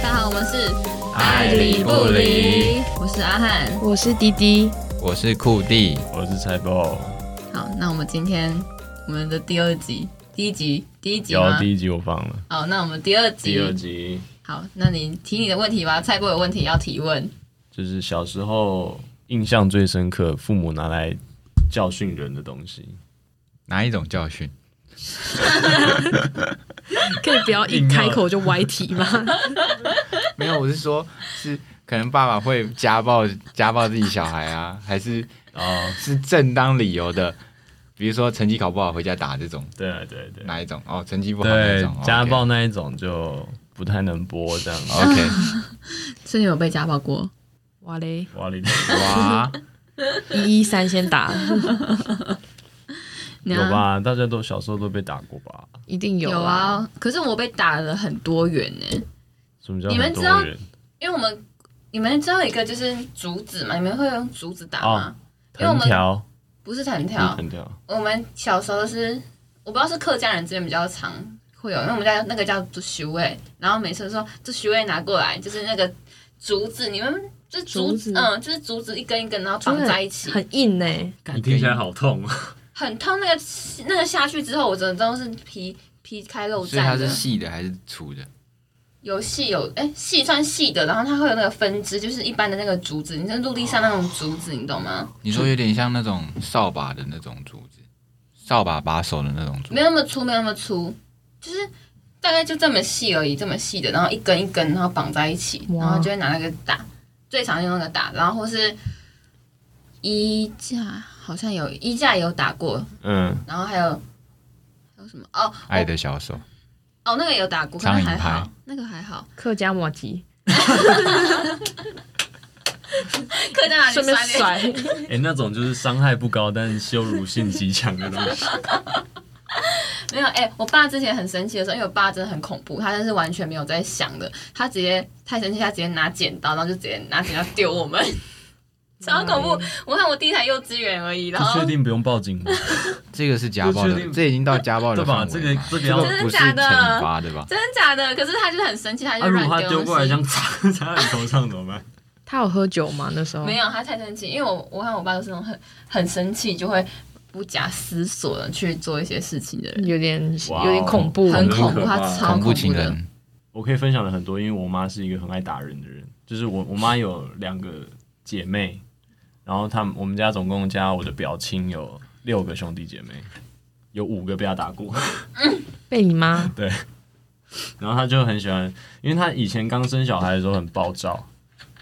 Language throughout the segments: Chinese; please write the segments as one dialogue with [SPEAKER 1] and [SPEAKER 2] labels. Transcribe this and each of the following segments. [SPEAKER 1] 大家好，我们是
[SPEAKER 2] 爱理不理，
[SPEAKER 1] 我是阿汉。
[SPEAKER 3] 我是滴滴，
[SPEAKER 2] 我是酷弟，
[SPEAKER 4] 我是财报，
[SPEAKER 1] 好，那我们今天我们的第二集，第一集，第一集
[SPEAKER 4] 有啊
[SPEAKER 1] 吗？
[SPEAKER 4] 第一集我放了，
[SPEAKER 1] 好，那我们第二集。
[SPEAKER 4] 集
[SPEAKER 1] 好，那你提你的问题吧，蔡哥有问题要提问。
[SPEAKER 4] 就是小时候印象最深刻，父母拿来教训人的东西，
[SPEAKER 2] 哪一种教训？
[SPEAKER 3] 可以不要一开口就歪题吗？
[SPEAKER 5] 没有，我是说，是可能爸爸会家暴家暴自己小孩啊， 还是
[SPEAKER 4] 啊
[SPEAKER 5] 哦是正当理由的，比如说成绩考不好回家打这种，
[SPEAKER 4] 对啊对对
[SPEAKER 5] 哪一种？哦，成绩不好那种，
[SPEAKER 4] 对，家暴那一种就不太能播这样子。
[SPEAKER 5] OK。OK，
[SPEAKER 1] 是你有被家暴过？
[SPEAKER 3] 哇嘞，
[SPEAKER 4] 哇 你
[SPEAKER 5] 哇，
[SPEAKER 3] 一一三先 打，
[SPEAKER 1] 你
[SPEAKER 4] 有
[SPEAKER 1] 要？
[SPEAKER 4] 吧？大家都小时候都被打过吧？
[SPEAKER 3] 一定有
[SPEAKER 1] 有
[SPEAKER 3] 啊。
[SPEAKER 1] 啊，可是我被打的很多元呢、
[SPEAKER 4] 什么叫
[SPEAKER 1] 你们
[SPEAKER 4] 很多
[SPEAKER 1] 知道
[SPEAKER 4] 人？
[SPEAKER 1] 因为我们你们知道一个就是竹子嘛，你们会用竹子打吗？因为我
[SPEAKER 4] 藤
[SPEAKER 1] 们
[SPEAKER 4] 条，
[SPEAKER 1] 不是藤条，
[SPEAKER 4] 藤条，
[SPEAKER 1] 我们小时候是，我不知道是客家人这边比较常会有，因为我们家那个叫做徐位，然后每次说这徐位拿过来，就是那个竹子，你们就是竹
[SPEAKER 3] 竹子
[SPEAKER 1] 嗯，就是竹子一根一根，然后绑在一起，很
[SPEAKER 3] 很硬呢、
[SPEAKER 5] 你听起来好，
[SPEAKER 1] 痛。那个那个下去之后，我真的都是皮皮开肉
[SPEAKER 5] 所以它
[SPEAKER 1] 绽
[SPEAKER 5] 是
[SPEAKER 1] 的，
[SPEAKER 5] 细的还是粗的？
[SPEAKER 1] 有细有哎细算细的，然后它会有那个分支，就是一般的那个竹子，你是陆地上那种竹子，你懂吗？
[SPEAKER 5] 你说有点像那种扫把的那种竹子，扫把把手的那种竹
[SPEAKER 1] 没有
[SPEAKER 5] 子。
[SPEAKER 1] 那么粗，没有那么粗，就是大概就这么细而已，这么细的，然后一根一根，然后绑在一起，
[SPEAKER 3] 哇
[SPEAKER 1] 然后就会拿那个打，最常用那个打，然后或是衣架，好像有衣架也有打过，
[SPEAKER 4] 嗯，
[SPEAKER 1] 然后还有还有什么哦
[SPEAKER 5] 爱的小手，
[SPEAKER 1] 哦那个也有打过，可
[SPEAKER 5] 苍
[SPEAKER 1] 能
[SPEAKER 5] 蝇
[SPEAKER 1] 还好
[SPEAKER 5] 拍，
[SPEAKER 1] 那个还好，
[SPEAKER 3] 客家马吉，
[SPEAKER 1] 刻在哪里
[SPEAKER 3] 顺便
[SPEAKER 1] 脸
[SPEAKER 3] 甩，
[SPEAKER 4] 哎，那种就是伤害不高，但是羞辱性极强的东西。
[SPEAKER 1] 没有，哎、我爸之前很生气的时候，因为我爸真的很恐怖，他真是完全没有在想的，他直接太生气，他直接拿剪刀，然后就直接拿剪刀丢我们， 超恐
[SPEAKER 5] 嗯
[SPEAKER 1] 怖！我看我弟才幼稚园而已， 然
[SPEAKER 4] 这
[SPEAKER 1] 后
[SPEAKER 4] 确定不用 报警吗？
[SPEAKER 5] 这个是家暴
[SPEAKER 4] 我确
[SPEAKER 5] 的，
[SPEAKER 4] 定
[SPEAKER 5] 这已经到家暴的
[SPEAKER 4] 对吧
[SPEAKER 5] 范围
[SPEAKER 4] 这个
[SPEAKER 5] 嘛
[SPEAKER 4] 这个
[SPEAKER 5] 这
[SPEAKER 4] 要
[SPEAKER 5] 个不是
[SPEAKER 1] 真的假的
[SPEAKER 5] 惩罚的吧？
[SPEAKER 1] 真的假的？可是他就是很生气，他就
[SPEAKER 4] 啊，如果
[SPEAKER 1] 乱
[SPEAKER 4] 他
[SPEAKER 1] 丢
[SPEAKER 4] 丢过来
[SPEAKER 1] 东
[SPEAKER 4] 这
[SPEAKER 1] 西。
[SPEAKER 4] 样砸砸在你头上怎么办？
[SPEAKER 3] 他有喝酒吗？那时候
[SPEAKER 1] 没有，他太生气，因为我我看我爸都是那种很很生气，就会不假思索的去做一些事情的人，
[SPEAKER 3] 有点
[SPEAKER 4] 哇哦
[SPEAKER 3] 有点恐怖，
[SPEAKER 1] 很恐
[SPEAKER 4] 很
[SPEAKER 1] 怖，
[SPEAKER 4] 可
[SPEAKER 1] 他
[SPEAKER 4] 怕
[SPEAKER 1] 超
[SPEAKER 5] 恐
[SPEAKER 1] 恐
[SPEAKER 5] 怖
[SPEAKER 1] 怖
[SPEAKER 5] 情
[SPEAKER 1] 的。
[SPEAKER 5] 人，
[SPEAKER 4] 我可以分享的很多，因为我妈是一个很爱打人的人，就是我我妈有两个姐妹，然后她们我们家总共加我的表亲有六个兄弟姐妹，有五个被她打过，
[SPEAKER 3] 被你妈
[SPEAKER 4] 然后她就很喜欢，因为她以前刚生小孩的时候很暴躁，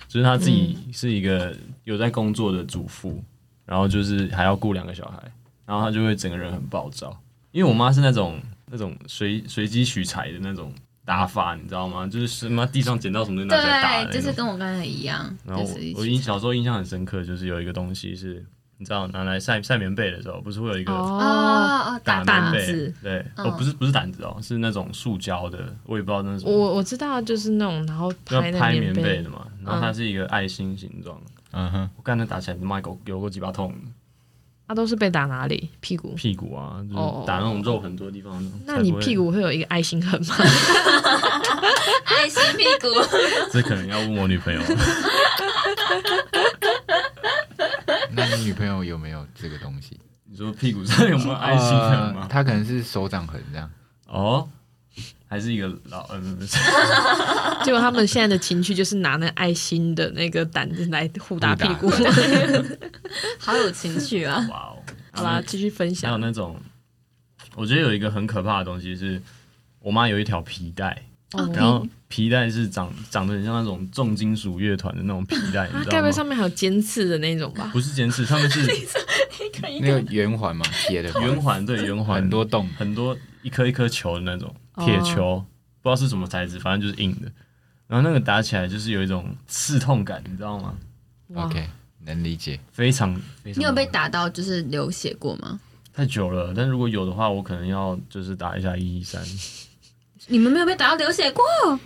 [SPEAKER 4] 就是她自己
[SPEAKER 1] 嗯
[SPEAKER 4] 是一个有在工作的主妇，然后就是还要顾两个小孩，然后她就会整个人很暴躁，因为我妈是那种那种随随机取材的那种。打法你知道吗？就是什么地上捡到什么就拿起来打的那
[SPEAKER 1] 对，
[SPEAKER 4] 种。
[SPEAKER 1] 就是跟我刚才一样，
[SPEAKER 4] 然后
[SPEAKER 1] 就
[SPEAKER 4] 我
[SPEAKER 1] 是一
[SPEAKER 4] 我
[SPEAKER 1] 起
[SPEAKER 4] 印小时候印象很深刻，就是有一个东西是，你知道拿来晒晒棉被的时候，不是会有一个
[SPEAKER 1] 哦
[SPEAKER 3] 哦。
[SPEAKER 1] 哦
[SPEAKER 4] 打
[SPEAKER 3] 打胆
[SPEAKER 4] 棉被？
[SPEAKER 3] 子
[SPEAKER 4] 对，
[SPEAKER 1] 嗯
[SPEAKER 4] 哦，不是不是胆子哦，是那种塑胶的，我也不知道那是什么，
[SPEAKER 3] 我我知道，就是那种，然后
[SPEAKER 4] 要
[SPEAKER 3] 拍那
[SPEAKER 4] 拍
[SPEAKER 3] 个
[SPEAKER 4] 棉
[SPEAKER 3] 被嗯
[SPEAKER 4] 的，嘛。然后它是一个爱心形状，
[SPEAKER 5] 嗯哼，
[SPEAKER 4] 我刚才打起来，妈狗有过几把痛，
[SPEAKER 3] 他都是被打哪里？屁股？
[SPEAKER 4] 屁股啊，就
[SPEAKER 3] 哦
[SPEAKER 4] 是打那种肉很多地方种。
[SPEAKER 3] 那你
[SPEAKER 4] 才不会
[SPEAKER 3] 屁？股会有一个爱心痕吗？
[SPEAKER 1] 爱心屁股，
[SPEAKER 4] 这可能要问我女朋友。
[SPEAKER 5] 那你女朋友有没有这个东 西？
[SPEAKER 4] 你说屁股上有 没有爱心的
[SPEAKER 5] 呃
[SPEAKER 4] 吗？
[SPEAKER 5] 他可能是手掌痕这样。
[SPEAKER 4] 哦，还是一个老 嗯，不是
[SPEAKER 3] 结果他们现在的情趣就是拿那爱心的那个胆子来互打屁 股。
[SPEAKER 1] 好有情趣 啊！
[SPEAKER 4] 哇哦，
[SPEAKER 3] 好啦，继续分
[SPEAKER 4] 还有
[SPEAKER 3] 享。
[SPEAKER 4] 那种，我觉得有一个很可怕的东西是，我妈有一条皮带，
[SPEAKER 3] 哦
[SPEAKER 4] 然后皮带是长长得很像那种重金属乐团的那种皮带，你
[SPEAKER 3] 它
[SPEAKER 4] 知
[SPEAKER 3] 该不
[SPEAKER 4] 道
[SPEAKER 3] 啊会上
[SPEAKER 4] 吗？
[SPEAKER 3] 面还有尖刺的那种吧？
[SPEAKER 4] 不是尖刺，上面是
[SPEAKER 5] 那个圆环嘛，铁的
[SPEAKER 4] 圆环，对圆环，
[SPEAKER 5] 很多洞，
[SPEAKER 4] 很多一颗一颗球的那种
[SPEAKER 1] 哦
[SPEAKER 4] 铁球，不知道是什么材质，反正就是硬的。然后那个打起来就是有一种刺痛感，你知道吗？
[SPEAKER 3] 哇
[SPEAKER 5] OK，能理解。
[SPEAKER 4] 非常非常。
[SPEAKER 1] 你有被？打到就是流血过吗？
[SPEAKER 4] 太久了，但如果有的话，我可能要就是打一下一一三。
[SPEAKER 1] 你们没有被打到流血过？哦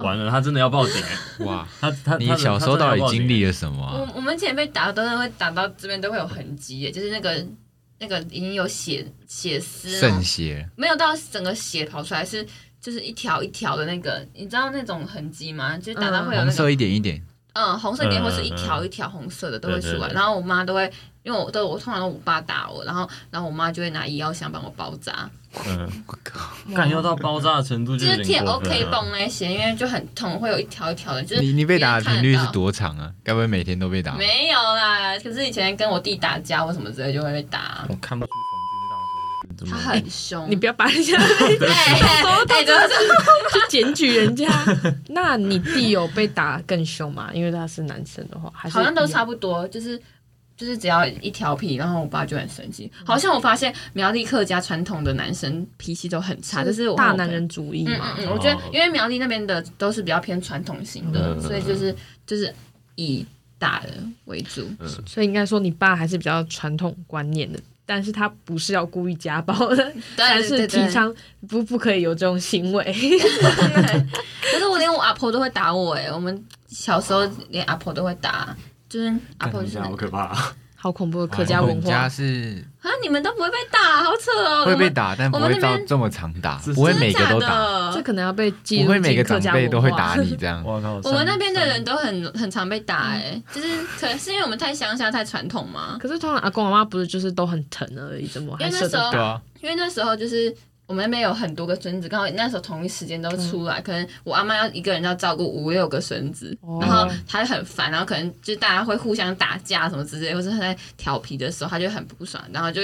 [SPEAKER 4] 完了，他真的要报警哎！
[SPEAKER 2] 哇，
[SPEAKER 4] 他 他
[SPEAKER 2] 你小时候到底经历了什么
[SPEAKER 1] 我
[SPEAKER 2] 啊？
[SPEAKER 1] 我们之前被打都是会打到这边都会有痕迹耶，就是那个那个已经有血血丝那
[SPEAKER 2] 渗
[SPEAKER 1] 种，
[SPEAKER 2] 血，
[SPEAKER 1] 没有到整个血跑出来，是就是一条一条的那个，你知道那种痕迹吗？就是打到会有
[SPEAKER 2] 红
[SPEAKER 1] 那个
[SPEAKER 2] 色一点一点，
[SPEAKER 1] 嗯，红色点
[SPEAKER 4] 嗯
[SPEAKER 1] 或是
[SPEAKER 4] 嗯
[SPEAKER 1] 一条一条红色的都会出来，
[SPEAKER 4] 对对对
[SPEAKER 1] 然后我妈都会，因为我都我通常都我爸打我，然后然后我妈就会拿医药箱帮我包扎，
[SPEAKER 4] 嗯，感要到爆炸的程度
[SPEAKER 1] 就
[SPEAKER 4] 就是有
[SPEAKER 1] 贴
[SPEAKER 4] 点过
[SPEAKER 1] OK
[SPEAKER 4] 分了。
[SPEAKER 1] 绷那些，因为就很痛，会有一条一条的，就是
[SPEAKER 2] 你你被
[SPEAKER 1] 别人
[SPEAKER 2] 打的
[SPEAKER 1] 看
[SPEAKER 2] 频率
[SPEAKER 1] 得
[SPEAKER 2] 是
[SPEAKER 1] 到
[SPEAKER 2] 多长啊？该不会每天都被打？
[SPEAKER 1] 没有啦。可是以前跟我弟打架或什么之类就会被打，
[SPEAKER 4] 我看不出冯军大哥怎哎
[SPEAKER 1] 他
[SPEAKER 4] 么
[SPEAKER 1] 很凶。
[SPEAKER 3] 你不要把人家
[SPEAKER 1] 对，哎，真的是
[SPEAKER 3] 去检举人 家。那你弟有被打更凶吗？因为他是男生的话，还是
[SPEAKER 1] 好像都
[SPEAKER 3] 一样
[SPEAKER 1] 差不多，就是。就是只要一调皮，然后我爸就很生气。好像我发现苗栗客家传统的男生脾气都很差，就是我
[SPEAKER 3] 大
[SPEAKER 1] 我
[SPEAKER 3] 男人主义
[SPEAKER 1] 嗯
[SPEAKER 3] 嘛。
[SPEAKER 1] 嗯嗯，我觉得因为苗栗那边的都是比较偏传统型的，
[SPEAKER 4] 嗯
[SPEAKER 1] 所以就是就是以打人为主。
[SPEAKER 3] 所以应该说你爸还是比较传统观念的，但是他不是要故意家暴的，但
[SPEAKER 1] 但
[SPEAKER 3] 是提倡不不可以有这种行 为。
[SPEAKER 1] 可是我连我阿婆都会打我哎、我们小时候连阿婆都会打，就是阿婆
[SPEAKER 4] 干
[SPEAKER 1] 就是
[SPEAKER 4] 你好可怕啊！
[SPEAKER 3] 好恐怖的
[SPEAKER 2] 哇
[SPEAKER 3] 客家
[SPEAKER 2] 你
[SPEAKER 3] 文
[SPEAKER 2] 哎们
[SPEAKER 3] 化
[SPEAKER 2] 家，是
[SPEAKER 1] 啊，你们都不会被打，好扯哦，
[SPEAKER 2] 会被打，但不
[SPEAKER 1] 我们
[SPEAKER 2] 会
[SPEAKER 1] 那
[SPEAKER 2] 到
[SPEAKER 1] 边
[SPEAKER 2] 这么常打，
[SPEAKER 4] 真的
[SPEAKER 2] 不会每个
[SPEAKER 1] 真的假
[SPEAKER 2] 都打，
[SPEAKER 1] 的
[SPEAKER 3] 这可能要被记
[SPEAKER 2] 不
[SPEAKER 3] 录
[SPEAKER 2] 会每
[SPEAKER 3] 进
[SPEAKER 2] 个
[SPEAKER 3] 客
[SPEAKER 2] 长
[SPEAKER 3] 家
[SPEAKER 2] 辈都
[SPEAKER 3] 文
[SPEAKER 2] 会
[SPEAKER 3] 化
[SPEAKER 2] 打你这样。
[SPEAKER 4] 我靠，
[SPEAKER 1] 我们那边的人都很很常被打哎、就是可能是因为我们太乡下太传统嘛，
[SPEAKER 3] 可是通常阿公阿妈不是就是都很疼而已，怎么
[SPEAKER 1] 因为
[SPEAKER 3] 还舍
[SPEAKER 1] 那时
[SPEAKER 3] 得？
[SPEAKER 1] 候
[SPEAKER 2] 对啊，
[SPEAKER 1] 因为那时候就是我们那边有很多个孙子，刚好那时候同一时间都出
[SPEAKER 2] 嗯
[SPEAKER 1] 来，可能我阿妈要一个人要照顾五六个孙子，
[SPEAKER 3] 哦
[SPEAKER 1] 然后她就很烦，然后可能就大家会互相打架什么之类，或是她在调皮的时候，她就很不爽，然后就。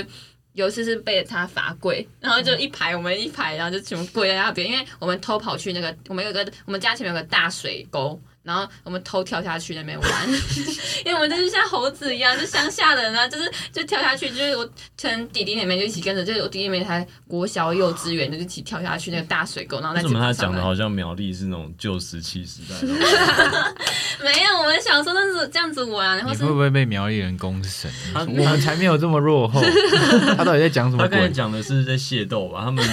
[SPEAKER 1] 有一次是被他罚跪，然后就
[SPEAKER 4] 嗯
[SPEAKER 1] 一排我们一排，然后就全部跪在那边，因为我们偷跑去那个，我们有一个我们家前面有个大水沟，然后我们偷跳下去那边玩， 因为我们就是像猴子一样，就乡下人啊，就是就跳下去，就是我跟弟弟妹妹就一起跟着，就是我弟弟妹妹才国小幼稚园就一起跳下去那个大水沟，然后
[SPEAKER 4] 为
[SPEAKER 1] 再
[SPEAKER 4] 什
[SPEAKER 1] 去
[SPEAKER 4] 么他
[SPEAKER 1] 爬
[SPEAKER 4] 讲
[SPEAKER 1] 上
[SPEAKER 4] 的
[SPEAKER 1] 来。
[SPEAKER 4] 好像苗栗是那种旧石器时代？
[SPEAKER 1] 没有，我们小时候那是这样子玩啊，然后
[SPEAKER 2] 你
[SPEAKER 1] 是
[SPEAKER 2] 会不会被苗栗人公审？
[SPEAKER 4] 他
[SPEAKER 5] 我们才没有这么落后。他到底在讲什么
[SPEAKER 4] 他刚才
[SPEAKER 5] 鬼？
[SPEAKER 4] 讲的是在械斗吧？他 们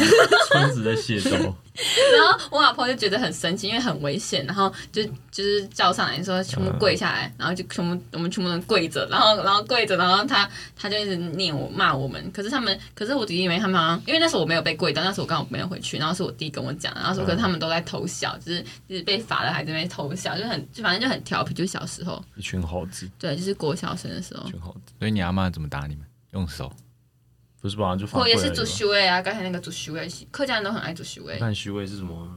[SPEAKER 4] 村子在械斗，
[SPEAKER 1] 然后我老婆就觉得很生气，因为很危险，然后就就是叫上来说全部
[SPEAKER 4] 嗯
[SPEAKER 1] 跪下来，然后就全部我们全部人跪着，然后然后跪着，然后她她就一直念我骂我们，可是他们可是我弟弟妹妹他们好像因为那时候我没有被跪到，那时候我刚好没有回去，然后是我弟跟我讲，然后说可
[SPEAKER 4] 嗯
[SPEAKER 1] 是他们都在偷笑，就是就是被罚了还在那边偷笑，就很就反正就很调皮，就是小时候
[SPEAKER 4] 一群猴子，
[SPEAKER 1] 对，就是国小生的时候
[SPEAKER 4] 一。群猴子，
[SPEAKER 2] 所以你阿妈怎么打你们？用手？
[SPEAKER 4] 不是吧？就罚
[SPEAKER 1] 我
[SPEAKER 4] 跪
[SPEAKER 1] 也
[SPEAKER 4] 而已
[SPEAKER 1] 是
[SPEAKER 4] 吧
[SPEAKER 1] 煮虚位啊，刚才那个煮虚位，客家人都很爱煮虚位
[SPEAKER 4] 我。看虚位是什么啊？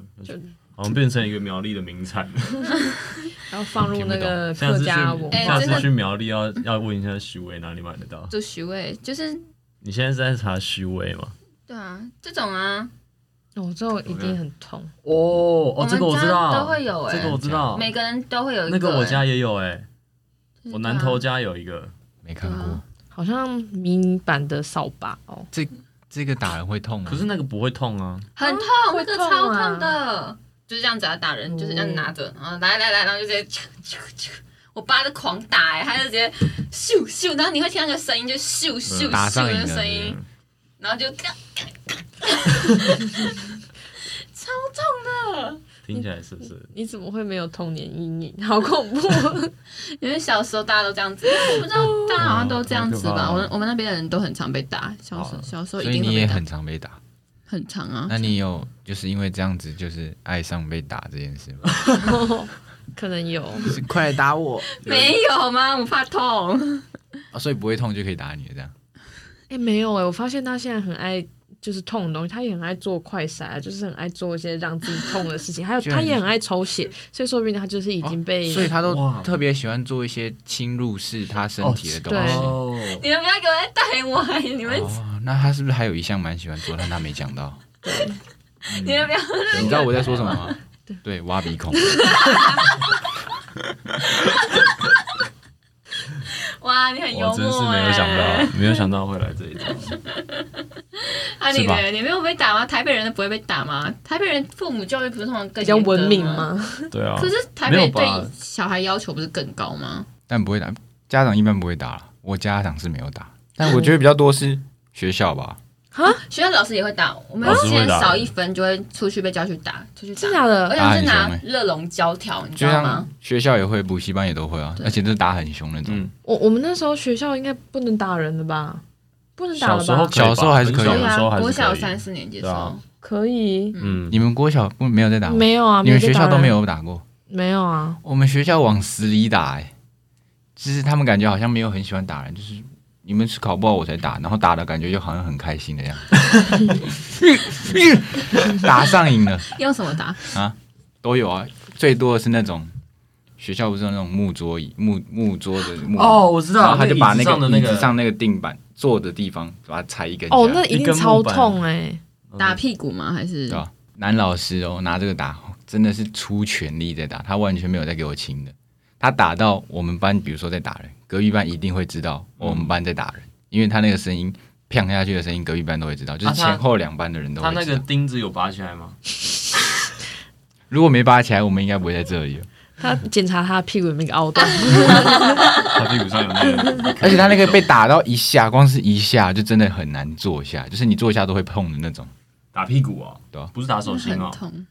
[SPEAKER 4] 好像变成一个苗栗的名产。
[SPEAKER 3] 然后放入那个
[SPEAKER 4] 下
[SPEAKER 3] 客
[SPEAKER 4] 次去
[SPEAKER 3] 家文
[SPEAKER 1] 哎
[SPEAKER 4] 下
[SPEAKER 3] 化
[SPEAKER 1] 真的
[SPEAKER 4] 次去苗栗要要问一下虚位哪里买得到？
[SPEAKER 1] 煮虚位就是
[SPEAKER 4] 你现在是在查虚位吗？
[SPEAKER 1] 对啊，这种啊，
[SPEAKER 3] 哦，这种一定很痛。
[SPEAKER 4] 哦
[SPEAKER 1] 我
[SPEAKER 4] 哦，
[SPEAKER 1] 们
[SPEAKER 4] 这个我知
[SPEAKER 1] 家
[SPEAKER 4] 道，
[SPEAKER 1] 都会有哎
[SPEAKER 4] 这个我知道，
[SPEAKER 1] 每个人都会有一
[SPEAKER 4] 那个我
[SPEAKER 1] 欸
[SPEAKER 4] 家也有哎、我南头
[SPEAKER 1] 对
[SPEAKER 4] 家有一个，
[SPEAKER 2] 没看
[SPEAKER 1] 对
[SPEAKER 2] 过
[SPEAKER 1] 啊。
[SPEAKER 3] 好像迷你版的扫把哦，
[SPEAKER 2] 这个打人会痛吗？
[SPEAKER 4] 可是那个不会痛啊，
[SPEAKER 1] 啊很痛，
[SPEAKER 3] 会
[SPEAKER 1] 那
[SPEAKER 3] 痛
[SPEAKER 1] 个
[SPEAKER 3] 啊
[SPEAKER 1] 超痛的，就是这样子啊，打人就是这样拿着，然后来来来，然后就直接啾啾啾，我爸就狂打哎、他就直接咻咻，然后你会听那个声音，就咻咻
[SPEAKER 2] 嗯打
[SPEAKER 1] 咻
[SPEAKER 2] 上瘾了
[SPEAKER 1] 的声音
[SPEAKER 4] 嗯，
[SPEAKER 1] 然后就嘎嘎嘎，超痛的。
[SPEAKER 4] 听起来是不是？
[SPEAKER 3] 你怎么会没有童年阴影？好恐怖！
[SPEAKER 1] 因为小时候大家都这样子，我不知道大家好像都这样子吧。
[SPEAKER 4] 好可怕哦
[SPEAKER 1] 我们我们那边的人都很常被打，小时候
[SPEAKER 4] 好
[SPEAKER 1] 小时候
[SPEAKER 2] 所
[SPEAKER 1] 一
[SPEAKER 2] 以
[SPEAKER 1] 定
[SPEAKER 2] 你
[SPEAKER 1] 会被
[SPEAKER 2] 也
[SPEAKER 1] 打，
[SPEAKER 2] 很常被打。
[SPEAKER 1] 很常啊。
[SPEAKER 2] 那你有就是因为这样子，就是爱上被打这件事吗？
[SPEAKER 3] 哦 可能有，
[SPEAKER 5] 是快来 打我！
[SPEAKER 1] 没有吗？我怕痛。
[SPEAKER 2] 啊，所以不会痛就可以打你了这样。
[SPEAKER 3] 哎、没有哎、我发现他现在很爱就是痛的东西，他也很爱做快闪，就是很爱做一些让自己痛的事情， 还有
[SPEAKER 2] 居然
[SPEAKER 3] 他也很哦爱抽血，所以说不定他就是已经被、
[SPEAKER 5] 所以他
[SPEAKER 4] 哇
[SPEAKER 5] 都特别喜欢做一些侵入式他身体的东
[SPEAKER 3] 对
[SPEAKER 5] 西。
[SPEAKER 4] 哦，
[SPEAKER 1] 你们不要给我再带歪，你们、
[SPEAKER 2] 哦，那他是不是还有一项蛮喜欢做，但他没讲到？
[SPEAKER 4] 嗯
[SPEAKER 1] 你们不要，
[SPEAKER 2] 你知道我在说什么吗？对，挖鼻孔。
[SPEAKER 1] 哇，你很幽
[SPEAKER 4] 我真是
[SPEAKER 1] 默
[SPEAKER 4] 没
[SPEAKER 1] 哎、
[SPEAKER 4] 有想到，没有想到会来这一招。
[SPEAKER 1] 啊，你
[SPEAKER 2] 是吧
[SPEAKER 1] 呢？你没有被打吗？台北人不会被打吗？台北人父母教育不是通常更
[SPEAKER 3] 比较
[SPEAKER 1] 严格
[SPEAKER 3] 文明
[SPEAKER 1] 吗？
[SPEAKER 3] 吗？
[SPEAKER 4] 对啊，
[SPEAKER 1] 可是台
[SPEAKER 4] 没
[SPEAKER 1] 北
[SPEAKER 4] 有吧
[SPEAKER 1] 对小孩要求不是更高吗？
[SPEAKER 2] 但不会打，家长一般不会打了。我家长是没有打，
[SPEAKER 5] 但我觉得比较多是学校吧，
[SPEAKER 1] 学校老师也会打，我们
[SPEAKER 4] 老师
[SPEAKER 1] 之
[SPEAKER 4] 会
[SPEAKER 1] 前
[SPEAKER 4] 打
[SPEAKER 1] 少一分就会出去被叫去打，出去
[SPEAKER 3] 真
[SPEAKER 1] 打，
[SPEAKER 3] 假
[SPEAKER 1] 而
[SPEAKER 3] 的？啊哎
[SPEAKER 1] 且是
[SPEAKER 2] 打
[SPEAKER 1] 拿
[SPEAKER 4] 哎
[SPEAKER 2] 很凶欸
[SPEAKER 1] 热熔胶条，你知
[SPEAKER 5] 就
[SPEAKER 1] 道吗
[SPEAKER 5] 像？学校也会，补习班也都会啊，而且都是打很凶那种。
[SPEAKER 4] 嗯，
[SPEAKER 3] 我我们那时候学校应该不能打人的吧？不能打
[SPEAKER 4] 小
[SPEAKER 3] 了
[SPEAKER 4] 时候
[SPEAKER 3] 吧
[SPEAKER 4] 可？以吧
[SPEAKER 2] 小时候还是可以
[SPEAKER 4] 很
[SPEAKER 2] 啊
[SPEAKER 4] 小的时候
[SPEAKER 1] 啊，
[SPEAKER 4] 还是可以
[SPEAKER 1] 国小三四年级的时候
[SPEAKER 4] 对，啊
[SPEAKER 3] 可以，
[SPEAKER 4] 嗯，
[SPEAKER 5] 你们国小不没有在打吗？
[SPEAKER 3] 没有啊，
[SPEAKER 5] 你们
[SPEAKER 3] 没
[SPEAKER 5] 学
[SPEAKER 3] 被打
[SPEAKER 5] 校都
[SPEAKER 3] 人
[SPEAKER 5] 没，有打过？
[SPEAKER 3] 没有啊，
[SPEAKER 5] 我们学校往死里打、欸，就是他们感觉好像没有很喜欢打人，就是你们是考不好我才打，然后打的感觉就好像很开心的样子， 打上瘾了
[SPEAKER 1] 用什么打？
[SPEAKER 5] 都有啊，最多的是那种学校不是有那种木桌椅、木木桌的木
[SPEAKER 4] 哦，，我知道，
[SPEAKER 5] 然后他就把
[SPEAKER 4] 那
[SPEAKER 5] 那个
[SPEAKER 4] 个椅子上的那
[SPEAKER 5] 椅
[SPEAKER 4] 个
[SPEAKER 5] 子上那个钉板坐的地方把它裁一根下来。
[SPEAKER 3] 哦，那一
[SPEAKER 4] 一
[SPEAKER 3] 定
[SPEAKER 4] 根
[SPEAKER 3] 超
[SPEAKER 4] 木板
[SPEAKER 3] 痛哎，
[SPEAKER 1] 打屁股吗？还是
[SPEAKER 5] 对啊男老师哦，拿这个打真的是出全力在打，他完全没有在给我轻的。他打到我们班，比如说在打人，隔壁班一定会知道我们班在打人，因为他那个声音砰下去的声音，隔壁班都会知道，就是
[SPEAKER 4] 啊他
[SPEAKER 5] 前后两班的人都
[SPEAKER 4] 他
[SPEAKER 5] 会
[SPEAKER 4] 那
[SPEAKER 5] 知
[SPEAKER 4] 个
[SPEAKER 5] 道。
[SPEAKER 4] 钉子有拔起来吗？
[SPEAKER 5] 如果没拔起来，我们应该不会在这里了。
[SPEAKER 3] 他检查他屁股有没有一个 凹洞，
[SPEAKER 1] 啊
[SPEAKER 4] 他屁股上有那个，
[SPEAKER 5] 而且他那个被打到一下，光是一下就真的很难坐下，就是你坐下都会碰的那种。
[SPEAKER 4] 打屁股哦，
[SPEAKER 5] 对啊
[SPEAKER 4] 不是打手心
[SPEAKER 1] 很
[SPEAKER 4] 哦，
[SPEAKER 1] 痛？我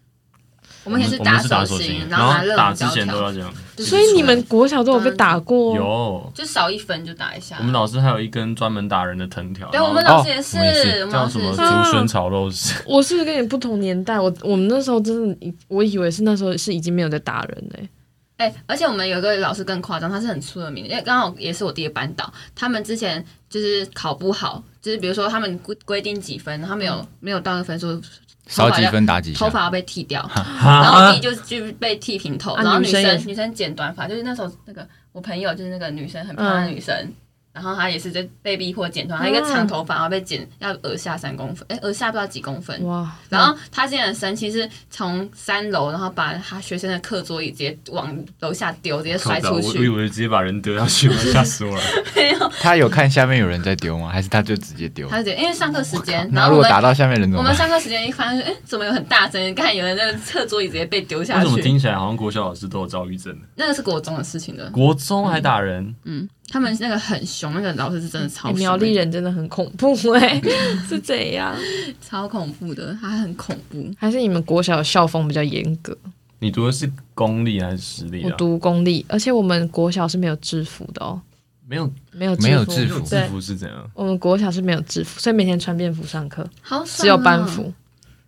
[SPEAKER 4] 我
[SPEAKER 1] 们也
[SPEAKER 4] 是
[SPEAKER 1] 打
[SPEAKER 4] 是打
[SPEAKER 1] 心，
[SPEAKER 4] 然
[SPEAKER 1] 后拿热
[SPEAKER 4] 打
[SPEAKER 1] 熔
[SPEAKER 4] 之
[SPEAKER 1] 胶
[SPEAKER 4] 前都
[SPEAKER 1] 条，
[SPEAKER 4] 要这样。
[SPEAKER 3] 所以你们
[SPEAKER 1] 啊
[SPEAKER 3] 国小都有被打过，
[SPEAKER 4] 有，
[SPEAKER 1] 就少一分就打一下
[SPEAKER 4] 我。们老师还有一根专门打人的藤条，
[SPEAKER 1] 对，
[SPEAKER 4] 然后
[SPEAKER 1] 我们老师
[SPEAKER 5] 哦
[SPEAKER 1] 也是
[SPEAKER 5] 我们也是，
[SPEAKER 1] 我们
[SPEAKER 4] 叫
[SPEAKER 1] 老
[SPEAKER 4] 什
[SPEAKER 1] 师
[SPEAKER 4] 么
[SPEAKER 1] 也
[SPEAKER 4] 竹
[SPEAKER 1] 是嗯
[SPEAKER 3] 啊
[SPEAKER 4] 笋炒肉丝，
[SPEAKER 3] 我是跟你不同年代，我我们那时候真的以，我以为是那时候是已经没有在打人欸嘞、
[SPEAKER 1] 哎、而且我们有一个老师更夸张，他是很出了名的，因为刚好也是我爹班导，他们之前就是考不好，就是比如说他们规规定几分，他们有、
[SPEAKER 3] 嗯
[SPEAKER 1] 没有到那个分数，
[SPEAKER 5] 少几分打几
[SPEAKER 1] 头
[SPEAKER 5] 下，
[SPEAKER 1] 发要被剃掉，然后我
[SPEAKER 4] 哈
[SPEAKER 1] 弟，就就被剃平头，
[SPEAKER 3] 啊
[SPEAKER 1] 然后女
[SPEAKER 3] 女生也
[SPEAKER 1] 生
[SPEAKER 3] 是
[SPEAKER 1] 女生剪短发，就是那时候那个我朋友就是那个女生很漂亮的女生。然后她也是在被逼迫剪短，她一个
[SPEAKER 3] 嗯
[SPEAKER 1] 长头发，然后被剪要额下三公分，哎，额下不知道几公分，
[SPEAKER 3] 哇！
[SPEAKER 1] 然后他竟然很神奇，是从三楼，然后把他学生的课桌椅直接往楼下丢，直接 摔
[SPEAKER 4] 我
[SPEAKER 1] 出
[SPEAKER 4] 我以
[SPEAKER 1] 去。
[SPEAKER 4] 为直接把人丢下去，我吓死我了。
[SPEAKER 1] 没有，
[SPEAKER 5] 他有看下面有人在丢吗？还是他就直接丢？
[SPEAKER 1] 他就觉得因为上课时间，然
[SPEAKER 5] 那
[SPEAKER 1] 后
[SPEAKER 5] 如
[SPEAKER 1] 我
[SPEAKER 5] 果打
[SPEAKER 1] 们
[SPEAKER 5] 到下面人怎
[SPEAKER 1] 我
[SPEAKER 5] 么
[SPEAKER 1] 们
[SPEAKER 5] 办？
[SPEAKER 1] 上课时间一翻，哎，怎么有很大声？看有人在课桌椅直接被丢
[SPEAKER 4] 为
[SPEAKER 1] 下
[SPEAKER 4] 什么
[SPEAKER 1] 去，
[SPEAKER 4] 听起来好像国小老师都有躁郁症？
[SPEAKER 1] 那个是国中的事情的。
[SPEAKER 4] 国中还打人，
[SPEAKER 1] 嗯，他们那个很凶，那个老师是真的超
[SPEAKER 3] 欸
[SPEAKER 1] 凶
[SPEAKER 3] 苗栗
[SPEAKER 5] 啊
[SPEAKER 3] 人真的很恐怖 哎、是怎样？
[SPEAKER 1] 超恐怖的，他很恐怖。
[SPEAKER 3] 还是你们国小的校风比较严格？
[SPEAKER 4] 你读的是公立还是私立
[SPEAKER 3] 我
[SPEAKER 4] 啊？
[SPEAKER 3] 读公立，而且我们国小是没有制服的哦，
[SPEAKER 4] 没有
[SPEAKER 3] 没有
[SPEAKER 5] 没有制
[SPEAKER 3] 制
[SPEAKER 4] 没有
[SPEAKER 5] 服
[SPEAKER 4] 制服是怎样？
[SPEAKER 3] 我们国小是没有制服，所以每天穿便服上课，
[SPEAKER 1] 好爽、
[SPEAKER 3] 只有班。服，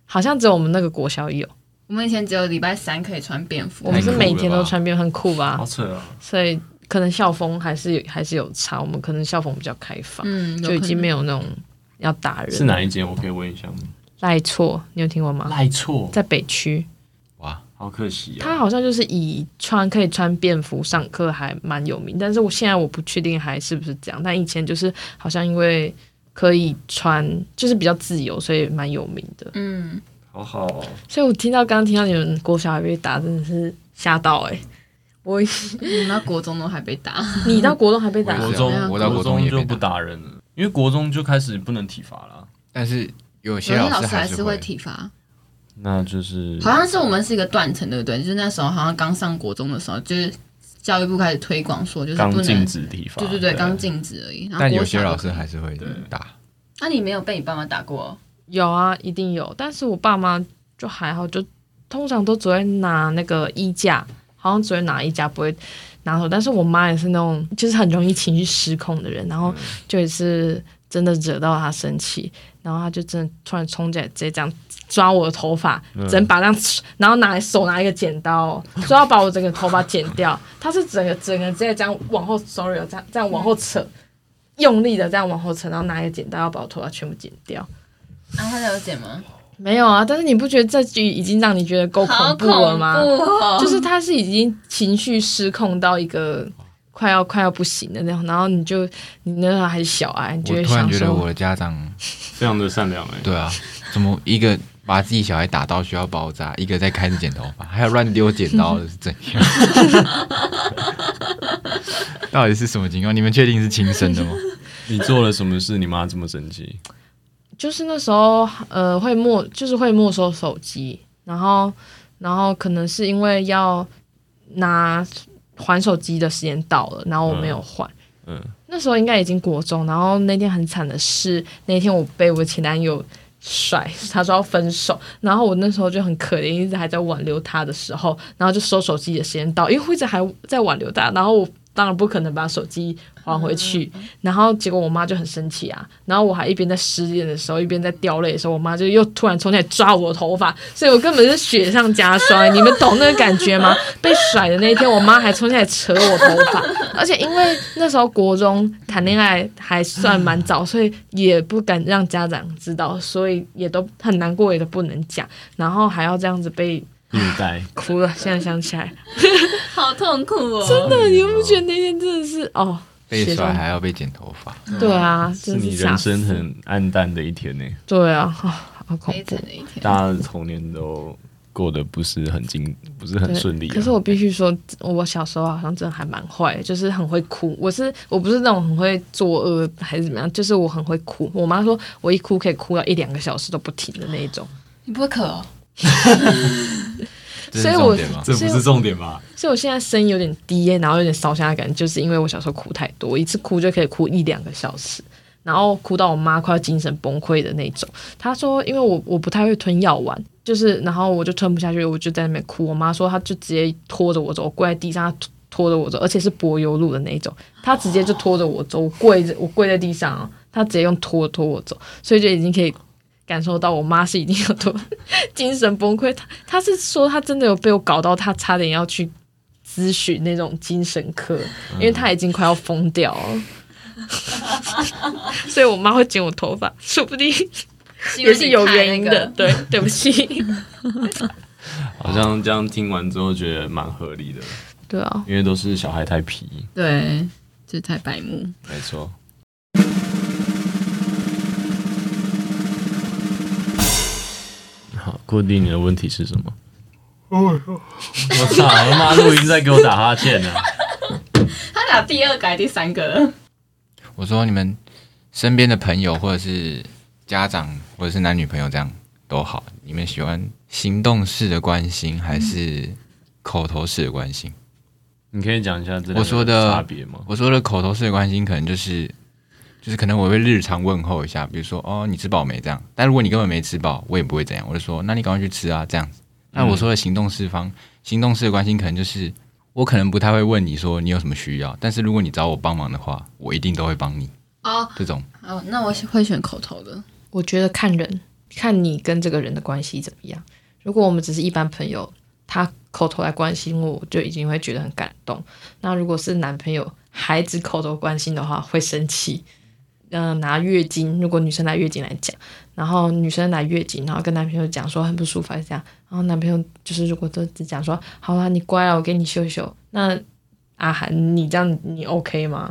[SPEAKER 3] 好像只有我们那个国小有，
[SPEAKER 1] 我们以前只有礼拜三可以穿便服，
[SPEAKER 3] 我们是
[SPEAKER 5] 太酷
[SPEAKER 3] 每
[SPEAKER 5] 了
[SPEAKER 3] 天都
[SPEAKER 5] 吧
[SPEAKER 3] 穿便服，很酷吧
[SPEAKER 4] 好？扯哦！
[SPEAKER 3] 所以可能校风还是还是有差，我们可能校风比较开放。
[SPEAKER 1] 嗯
[SPEAKER 3] 就已经没
[SPEAKER 1] 有
[SPEAKER 3] 有那种要打人。
[SPEAKER 4] 是哪一间？我可以问一下吗？
[SPEAKER 3] 赖错，你有听过吗？
[SPEAKER 4] 赖错，
[SPEAKER 3] 在北区，
[SPEAKER 5] 哇，
[SPEAKER 4] 好可惜
[SPEAKER 3] 他
[SPEAKER 4] 啊！
[SPEAKER 3] 好像就是以穿可以穿便服上课还蛮有名，但是我现在我不确定还是不是这样，但以前就是好像因为可以穿，就是比较自由，所以蛮有名的
[SPEAKER 1] 可。能。嗯，
[SPEAKER 4] 好好哦，
[SPEAKER 3] 所以我听到刚刚听到你们国小还被打，真的是吓到哎、我
[SPEAKER 1] 我们到国中都还被打。
[SPEAKER 3] 你到国中还被打，
[SPEAKER 4] 啊国
[SPEAKER 1] 没有
[SPEAKER 4] 中
[SPEAKER 5] 我到国中也被
[SPEAKER 4] 就
[SPEAKER 5] 打
[SPEAKER 4] 不打人了，因为国中就开始不能体罚了。
[SPEAKER 5] 但是有些
[SPEAKER 1] 有些
[SPEAKER 5] 老
[SPEAKER 1] 老
[SPEAKER 5] 师
[SPEAKER 1] 师还
[SPEAKER 5] 还
[SPEAKER 1] 是
[SPEAKER 5] 是
[SPEAKER 1] 会
[SPEAKER 5] 会
[SPEAKER 1] 体罚，
[SPEAKER 4] 那就是
[SPEAKER 1] 好像是我们是一个断层，对不对？就是那时候好像刚上国中的时候，就是教育部开始推广说，就是
[SPEAKER 4] 刚
[SPEAKER 1] 不
[SPEAKER 4] 禁
[SPEAKER 1] 能，
[SPEAKER 4] 止体罚，
[SPEAKER 1] 对对对，刚禁止而已。然后
[SPEAKER 5] 但
[SPEAKER 1] 啊国
[SPEAKER 5] 有些
[SPEAKER 1] 小
[SPEAKER 5] 老
[SPEAKER 1] 就
[SPEAKER 5] 师
[SPEAKER 1] 可以
[SPEAKER 5] 还是会打。
[SPEAKER 1] 那、你没有被你爸妈打过哦、
[SPEAKER 3] 有啊，一定有。但是我爸妈就还好，就通常都只会拿那个衣架，好像只会拿衣架，不会拿手。但是我妈也是那种就是很容易情绪失控的人，然后就也是真的惹到她生气，然后她就真的突然冲进来，直接这样抓我的头发，整把这样，然后拿手拿一个剪刀，说要把我整个头发剪掉。她是整个整个直接这样往后，sorry，哦这样这样往后扯。用力的这样往后扯，然后拿一个剪刀要把我头发全部剪掉。
[SPEAKER 1] 啊，他了解吗？
[SPEAKER 3] 没有啊，但是你不觉得这句已经让你觉得够
[SPEAKER 1] 好
[SPEAKER 3] 恐
[SPEAKER 1] 恐
[SPEAKER 3] 怖
[SPEAKER 1] 怖
[SPEAKER 3] 了吗？
[SPEAKER 1] 哦！
[SPEAKER 3] 就是他是已经情绪失控到一个快要快要不行的那种，然后你就你那时候还小啊，你就
[SPEAKER 5] 我
[SPEAKER 3] 会
[SPEAKER 5] 突然
[SPEAKER 3] 想
[SPEAKER 5] 觉得我
[SPEAKER 3] 说，
[SPEAKER 5] 的家长，
[SPEAKER 4] 非常的善良哎。
[SPEAKER 5] 对啊，怎么一个把自己小孩打到需要包扎，一个在开始剪头发，还有乱丢剪刀的是怎样？ 到底是什么情况？你们确定是亲生的吗？
[SPEAKER 4] 你做了什么事，你妈这么生气？
[SPEAKER 3] 就是那时候呃会没就是会没收手机，然后然后可能是因为要拿还手机的时间到了，然后我没有还，
[SPEAKER 4] 嗯，
[SPEAKER 3] 那时候应该已经国中，然后那天很惨的是，那天我被我前男友甩，他说要分手，然后我那时候就很可怜，一直还在挽留他的时候，然后就收手机的时间到，因为我一直还在挽留他，然后我当然不可能把手机还回
[SPEAKER 4] 嗯
[SPEAKER 3] 去，然后结果我妈就很生气啊，然后我还一边在失恋的时候，一边在掉泪的时候，我妈就又突然冲进来抓我的头发，所以我根本是雪上加霜、你们懂那个感觉吗？被甩的那一天，我妈还冲进来扯我头发，而且因为那时候国中谈恋爱还算蛮早，所以也不敢让家长知道，所以也都很难过，也都不能讲，然后还要这样子被
[SPEAKER 4] 虐待，
[SPEAKER 3] 哭了。现在想起来，
[SPEAKER 1] 好痛苦哦！
[SPEAKER 4] 哎
[SPEAKER 1] 真
[SPEAKER 3] 那你不觉得那天真的是哦？
[SPEAKER 5] 被
[SPEAKER 3] 雪
[SPEAKER 5] 甩
[SPEAKER 3] 上
[SPEAKER 5] 还要被剪头发，
[SPEAKER 3] 对啊，
[SPEAKER 4] 嗯是
[SPEAKER 3] 真
[SPEAKER 4] 你
[SPEAKER 3] 吓
[SPEAKER 4] 人
[SPEAKER 3] 死
[SPEAKER 4] 生很暗淡的一天欸呢、
[SPEAKER 3] 对啊，哦好恐
[SPEAKER 1] 悲
[SPEAKER 3] 怖
[SPEAKER 1] 惨。的一天。
[SPEAKER 4] 大家的童年都过得不是很经，不是很
[SPEAKER 3] 对
[SPEAKER 4] 顺利、啊。
[SPEAKER 3] 可是我必须说，我小时候好像真的还蛮坏的，就是很会哭。我是我不是那种很会作恶还是怎么样，就是我很会哭。我妈说我一哭可以哭到一两个小时都不停的那一种。
[SPEAKER 1] 你不会渴哦？
[SPEAKER 5] 这
[SPEAKER 3] 所
[SPEAKER 5] 是
[SPEAKER 3] 以我
[SPEAKER 5] 重点吗？
[SPEAKER 4] 这不是重点吧？
[SPEAKER 3] 所以我现在声音有点低、耶，然后有点烧香的感觉，就是因为我小时候哭太多，一次哭就可以哭一两个小时，然后哭到我妈快要精神崩溃的那种。她说，因为我我不太会吞药丸，就是然后我就吞不下去，我就在那边哭。我妈说，她就直接拖着我走，我跪在地上，她拖拖着我走，而且是柏油路的那种，她直接就拖着我走，我跪着，我跪在地上啊，她直接用拖拖我走，所以就已经可以。感受到我妈是已经有多 精神崩溃，她她是说她真的有被我搞到，她差点要去咨询那种精神科，因为他已经快要疯掉了。 所以我妈会剪我头发，说不定
[SPEAKER 1] 是因为
[SPEAKER 3] 也
[SPEAKER 1] 你
[SPEAKER 3] 是有
[SPEAKER 1] 太
[SPEAKER 3] 原因
[SPEAKER 1] 那个
[SPEAKER 3] 的。对，对不 起。
[SPEAKER 4] 好像这样听完之后觉得蛮合理的，
[SPEAKER 3] 对啊，
[SPEAKER 4] 因为都是小孩太皮，
[SPEAKER 1] 对，就太白目。
[SPEAKER 4] 没错。好，固定你的问题是什么？我操！他妈录音在给我打哈欠呢、
[SPEAKER 1] 他打第二个还是第三个了？
[SPEAKER 5] 我说你们身边的朋友或者是家长或者是男女朋友这样都好，你们喜欢行动式的关心还是口头式的关心？
[SPEAKER 4] 你可以讲一下这两个
[SPEAKER 5] 我说的
[SPEAKER 4] 差别吗？
[SPEAKER 5] 我说的口头式的关心，可能就是就是可能我会日常问候一下，比如说哦你吃饱没这样，但如果你根本没吃饱，我也不会怎样，我就说那你赶快去吃啊这样子。那我说的行动式方行动式的关心，可能就是我可能不太会问你说你有什么需要，但是如果你找我帮忙的话，我一定都会帮你
[SPEAKER 1] 哦，
[SPEAKER 5] 这种。
[SPEAKER 1] 好，那我会选口头的。
[SPEAKER 3] 我觉得看人，看你跟这个人的关系怎么样。如果我们只是一般朋友，他口头来关心我，我就已经会觉得很感动。那如果是男朋友，孩子口头关心的话，会生气。嗯、拿月经，如果女生拿月经来讲，然后女生来月经，然后跟男朋友讲说很不舒服，还是这样，然后男朋友就是如果都只讲说好啦，你乖了，啊我给你修一修，那阿涵你这样你 OK 吗？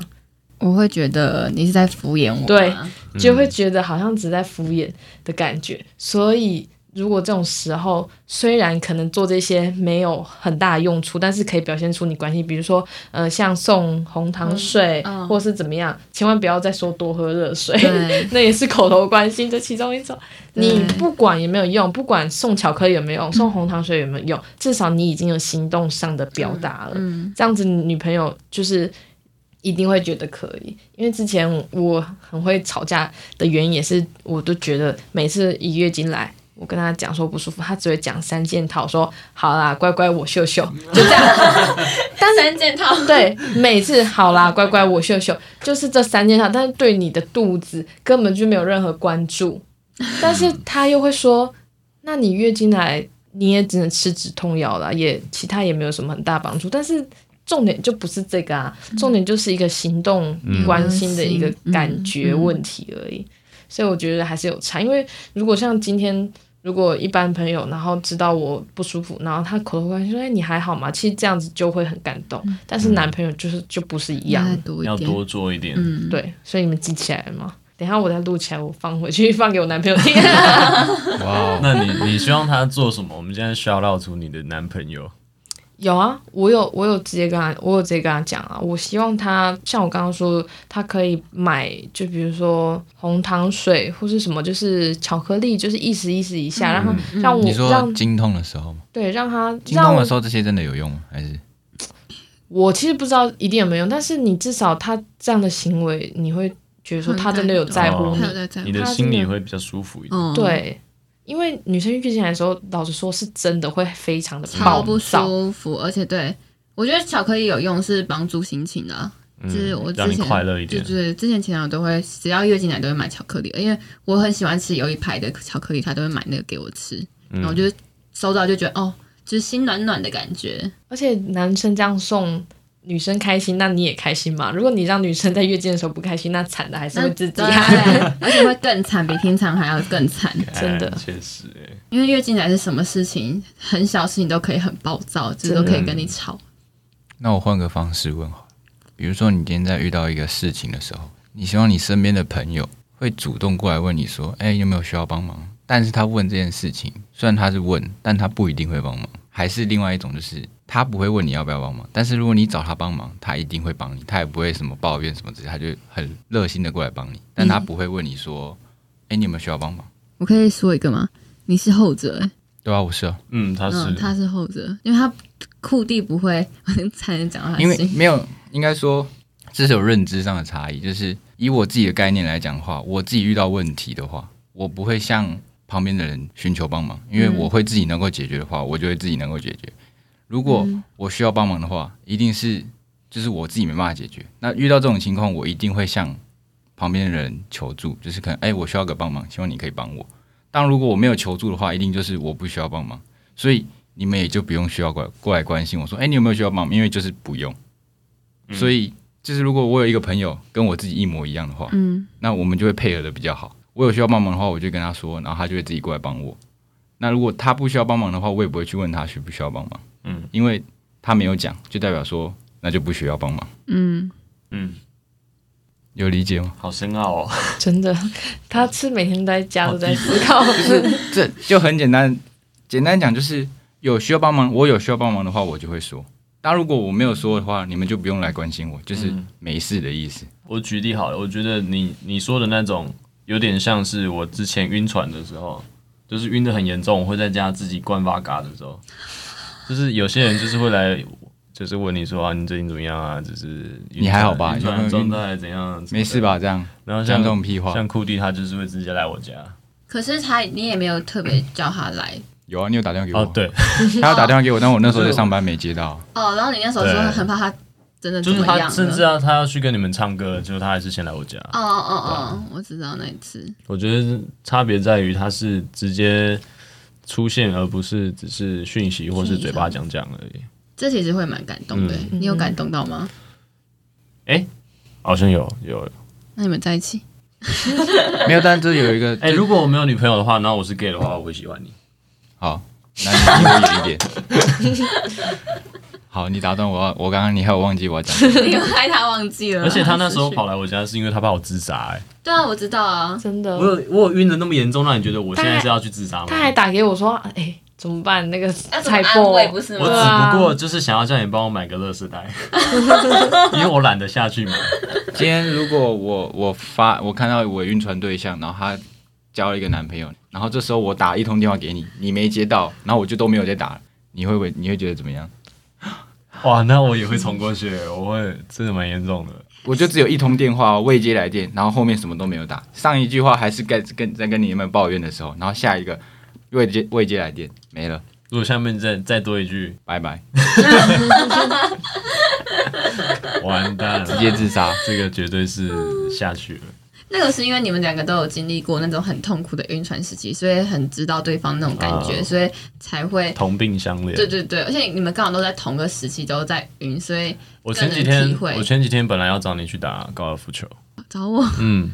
[SPEAKER 1] 我会觉得你是在敷衍我。
[SPEAKER 3] 对，就会觉得好像只在敷衍的感觉。所以，如果这种时候虽然可能做这些没有很大的用处，但是可以表现出你关心，比如说，呃，像送红糖水、
[SPEAKER 1] 嗯嗯
[SPEAKER 3] 或是怎么样，千万不要再说多喝热 水。
[SPEAKER 1] 对
[SPEAKER 3] 那也是口头关心的其中一种。
[SPEAKER 1] 对
[SPEAKER 3] 你不管有没有用，不管送巧克力有没有用，送红糖水有没有用，至少你已经有行动上的表达了。
[SPEAKER 1] 嗯，
[SPEAKER 3] 这样子女朋友就是一定会觉得可以，因为之前我很会吵架的原因也是，我都觉得每次一月经来。我跟她讲说不舒服，她只会讲三件套，说好啦，乖乖我秀 秀，就 这样。
[SPEAKER 1] 但三件套。
[SPEAKER 3] 对，每次好啦，乖乖我秀秀，就是这三件套，但是对你的肚子根本就没有任何关 注。但是她又会说，那你月经来你也只能吃止痛药啦，也其他也没有什么很大帮助。但是重点就不是这个啊，重点就是一个行动
[SPEAKER 4] 嗯
[SPEAKER 3] 关心的一个感
[SPEAKER 1] 嗯
[SPEAKER 3] 觉
[SPEAKER 1] 嗯嗯
[SPEAKER 3] 问题而已。所以我觉得还是有差，因为如果像今天。如果一般朋友，然后知道我不舒服，然后他口头关心说：“哎，你还好吗？”其实这样子就会很感动。但是男朋友就是就不是一样
[SPEAKER 1] 再
[SPEAKER 3] 的，
[SPEAKER 1] 多
[SPEAKER 4] 要
[SPEAKER 1] 一点。
[SPEAKER 4] 多做一点。
[SPEAKER 1] 嗯，
[SPEAKER 3] 对，所以你们记起来了吗？等一下我再录起来，我放回去，放给我男朋友听。
[SPEAKER 5] 哇哦！
[SPEAKER 4] 那你你希望他做什么？我们现在 shout out 出你的男朋友。
[SPEAKER 3] 有啊，我有我有直接跟他，我有直接跟他讲啊，我希望他像我刚刚说，他可以买，就比如说红糖水或是什么，就是巧克力，就是意思意思一下，让他、让我
[SPEAKER 5] 你说
[SPEAKER 3] 让
[SPEAKER 5] 精通的时候吗？
[SPEAKER 3] 对让他
[SPEAKER 5] 精
[SPEAKER 3] 让
[SPEAKER 5] 通
[SPEAKER 3] 我
[SPEAKER 5] 的时候，这些真的有用吗？还是
[SPEAKER 3] 我其实不知道一定有没有用，但是你至少他这样的行为，你会觉得
[SPEAKER 1] 嗯
[SPEAKER 3] 说他真的有在乎
[SPEAKER 4] 哦
[SPEAKER 3] 你
[SPEAKER 4] 嗯
[SPEAKER 6] 还有。在在乎
[SPEAKER 4] 你的心里会比较舒服一点。
[SPEAKER 6] 嗯，，
[SPEAKER 3] 对，因为女生月经来的时候，老实说是真的会非常的
[SPEAKER 1] 超
[SPEAKER 3] 暴
[SPEAKER 1] 不
[SPEAKER 3] 躁。
[SPEAKER 1] 舒服，而且对我觉得巧克力有用是帮助心情的啊、
[SPEAKER 4] 嗯
[SPEAKER 1] 就是我之
[SPEAKER 4] 让你
[SPEAKER 1] 前
[SPEAKER 4] 快乐一点
[SPEAKER 1] 就。是之前前男友都会，只要月经来都会买巧克力，因为我很喜欢吃有一排的巧克力，他都会买那个给我吃，
[SPEAKER 4] 嗯
[SPEAKER 1] 然后我就收到就觉得哦，就是心暖暖的感觉。
[SPEAKER 3] 而且男生这样送女生开心，那你也开心嘛？如果你让女生在月经的时候不开心，那惨的还是
[SPEAKER 1] 那
[SPEAKER 3] 会自己啊
[SPEAKER 1] 对。而且会更惨，比平常还要更惨，
[SPEAKER 4] 哎
[SPEAKER 3] 真的
[SPEAKER 4] 确实哎。
[SPEAKER 1] 因为月经来是什么事情，很小事情都可以很暴躁，就是都可以跟
[SPEAKER 4] 嗯
[SPEAKER 1] 你吵。
[SPEAKER 5] 那我换个方式问好了，比如说你今天在遇到一个事情的时候，你希望你身边的朋友会主动过来问你说：“哎、有没有需要帮忙？”但是他问这件事情，虽然他是问，但他不一定会帮忙。还是另外一种，就是他不会问你要不要帮忙，但是如果你找他帮忙，他一定会帮你，他也不会什么抱怨什么之类，他就很热心的过来帮你，但他不会问你说：“哎、你有没有需要帮忙
[SPEAKER 1] 我可以说一个吗？你是后者、欸，？”
[SPEAKER 5] 对啊，我是啊，
[SPEAKER 4] 嗯，他是
[SPEAKER 1] 嗯，他是后者，因为他库蒂不会， 我才能讲到他
[SPEAKER 5] 因为
[SPEAKER 1] 心
[SPEAKER 5] 没有，应该说这是有认知上的差异。就是以我自己的概念来讲的话，我自己遇到问题的话，我不会向旁边的人寻求帮忙，因为我会自己能够解决的话，我就会自己能够解决。如果我需要帮忙的话，一定是就是我自己没办法解决。那遇到这种情况，我一定会向旁边的人求助，就是可能哎、我需要个帮忙，希望你可以帮我。当如果我没有求助的话，一定就是我不需要帮忙，所以你们也就不用需要过来过来关心我说，哎、你有没有需要帮忙？因为就是不用。所以就是如果我有一个朋友跟我自己一模一样的话，
[SPEAKER 1] 嗯，
[SPEAKER 5] 那我们就会配合的比较好。我有需要帮忙的话，我就跟他说，然后他就会自己过来帮我。那如果他不需要帮忙的话，我也不会去问他需不需要帮忙，
[SPEAKER 4] 嗯，
[SPEAKER 5] 因为他没有讲，就代表说那就不需要帮忙，
[SPEAKER 1] 嗯，
[SPEAKER 4] 嗯，
[SPEAKER 5] 有理 解吗？
[SPEAKER 4] 好深奥哦。
[SPEAKER 3] 真的，他是每天在家都在思 考，
[SPEAKER 5] 这就很简单，简单讲就是有需要帮忙，我有需要帮忙的话，我就会说。但如果我没有说的话，你们就不用来关心我，就是
[SPEAKER 4] 嗯
[SPEAKER 5] 没事的意思。
[SPEAKER 4] 我举例好了，我觉得你你说的那种有点像是我之前晕船的时候，就是晕得很严重，我会在家自己灌八嘎的时候，就是有些人就是会来，就是问你说啊，你最近怎么样啊？就是晕船
[SPEAKER 5] 你还好吧
[SPEAKER 4] 晕
[SPEAKER 5] 有没
[SPEAKER 4] 船
[SPEAKER 5] 有
[SPEAKER 4] 状
[SPEAKER 5] 晕
[SPEAKER 4] 态怎样？
[SPEAKER 5] 没事？吧？这样
[SPEAKER 4] 然后
[SPEAKER 5] 像
[SPEAKER 4] 像
[SPEAKER 5] 这种屁话，哎
[SPEAKER 4] 像库蒂他就是会直接来我家。
[SPEAKER 1] 可是他你也没有特别叫他来
[SPEAKER 5] 有啊，你有打电话给我？
[SPEAKER 4] 哦，，对，
[SPEAKER 5] 他要打电话给我，但我那时候在上班没接到。
[SPEAKER 1] 哦，然后你那时候说
[SPEAKER 4] 对
[SPEAKER 1] 很怕他真的
[SPEAKER 4] 就
[SPEAKER 1] 怎
[SPEAKER 4] 是
[SPEAKER 1] 么样
[SPEAKER 4] 他
[SPEAKER 1] 了，
[SPEAKER 4] 甚至啊，他要去跟你们唱歌，就是他还是先来我家。
[SPEAKER 1] 哦哦哦哦，我知道那一次，
[SPEAKER 4] 我觉得差别在于他是直接出现，而不是只是讯息或是嘴巴讲讲而已。
[SPEAKER 1] 这其实会蛮感动的
[SPEAKER 4] 嗯，
[SPEAKER 1] 你有感动到吗？
[SPEAKER 4] 好像有有，
[SPEAKER 1] 那你们在一 起，
[SPEAKER 5] 没有，但这有一个，
[SPEAKER 4] 哎、如果我没有女朋友的话，然后我是 gay 的话，我会喜欢你。
[SPEAKER 5] 好，那你离我远一点。 好，你打断我要，我刚刚你还有忘记我要讲什么，
[SPEAKER 1] 因为害他忘记了，
[SPEAKER 4] 而且他那时候
[SPEAKER 1] 失去
[SPEAKER 4] 跑来我家，是因为他怕我自杀、哎，
[SPEAKER 1] 对啊，我知道啊，
[SPEAKER 3] 真的
[SPEAKER 4] 我。有我有晕的那么严重，让你觉得我现在是要去自杀吗？
[SPEAKER 3] 他还打给我说：“哎、怎么办？那个
[SPEAKER 1] 那怎么
[SPEAKER 3] 菜
[SPEAKER 1] 安
[SPEAKER 3] 破
[SPEAKER 1] 慰不是
[SPEAKER 4] 我
[SPEAKER 1] 吗？
[SPEAKER 4] 只不过就是想要叫你帮我买个乐圾 袋，因为我懒得下去买。
[SPEAKER 5] 今天如果我我发我看到我晕船对象，然后她交了一个男朋友，然后这时候我打一通电话给你，你没接到，然后我就都没有再打了，你会不会你会觉得怎么样？
[SPEAKER 4] 哇，那我也会冲过去，我会真的蛮严重的。
[SPEAKER 5] 我就只有一通电话未接来电，然后后面什么都没有打，上一句话还是跟跟在跟你们抱怨的时候，然后下一个未接未接来电没了，
[SPEAKER 4] 如果下面再再多一句，
[SPEAKER 5] 拜拜，
[SPEAKER 4] 完蛋
[SPEAKER 5] 直
[SPEAKER 4] 了，
[SPEAKER 5] 接自杀。
[SPEAKER 4] 这个绝对是下去了。
[SPEAKER 1] 那个是因为你们两个都有经历过那种很痛苦的晕船时期，所以很知道对方那种感觉，
[SPEAKER 4] 哦
[SPEAKER 1] 所以才会。
[SPEAKER 4] 同病相怜。
[SPEAKER 1] 对对对，而且你们刚好都在同个时期都在晕，所以
[SPEAKER 4] 我前几
[SPEAKER 1] 更能体
[SPEAKER 4] 天，
[SPEAKER 1] 会
[SPEAKER 4] 我前几天本来要找你去打高尔夫球，
[SPEAKER 1] 找我
[SPEAKER 4] 嗯，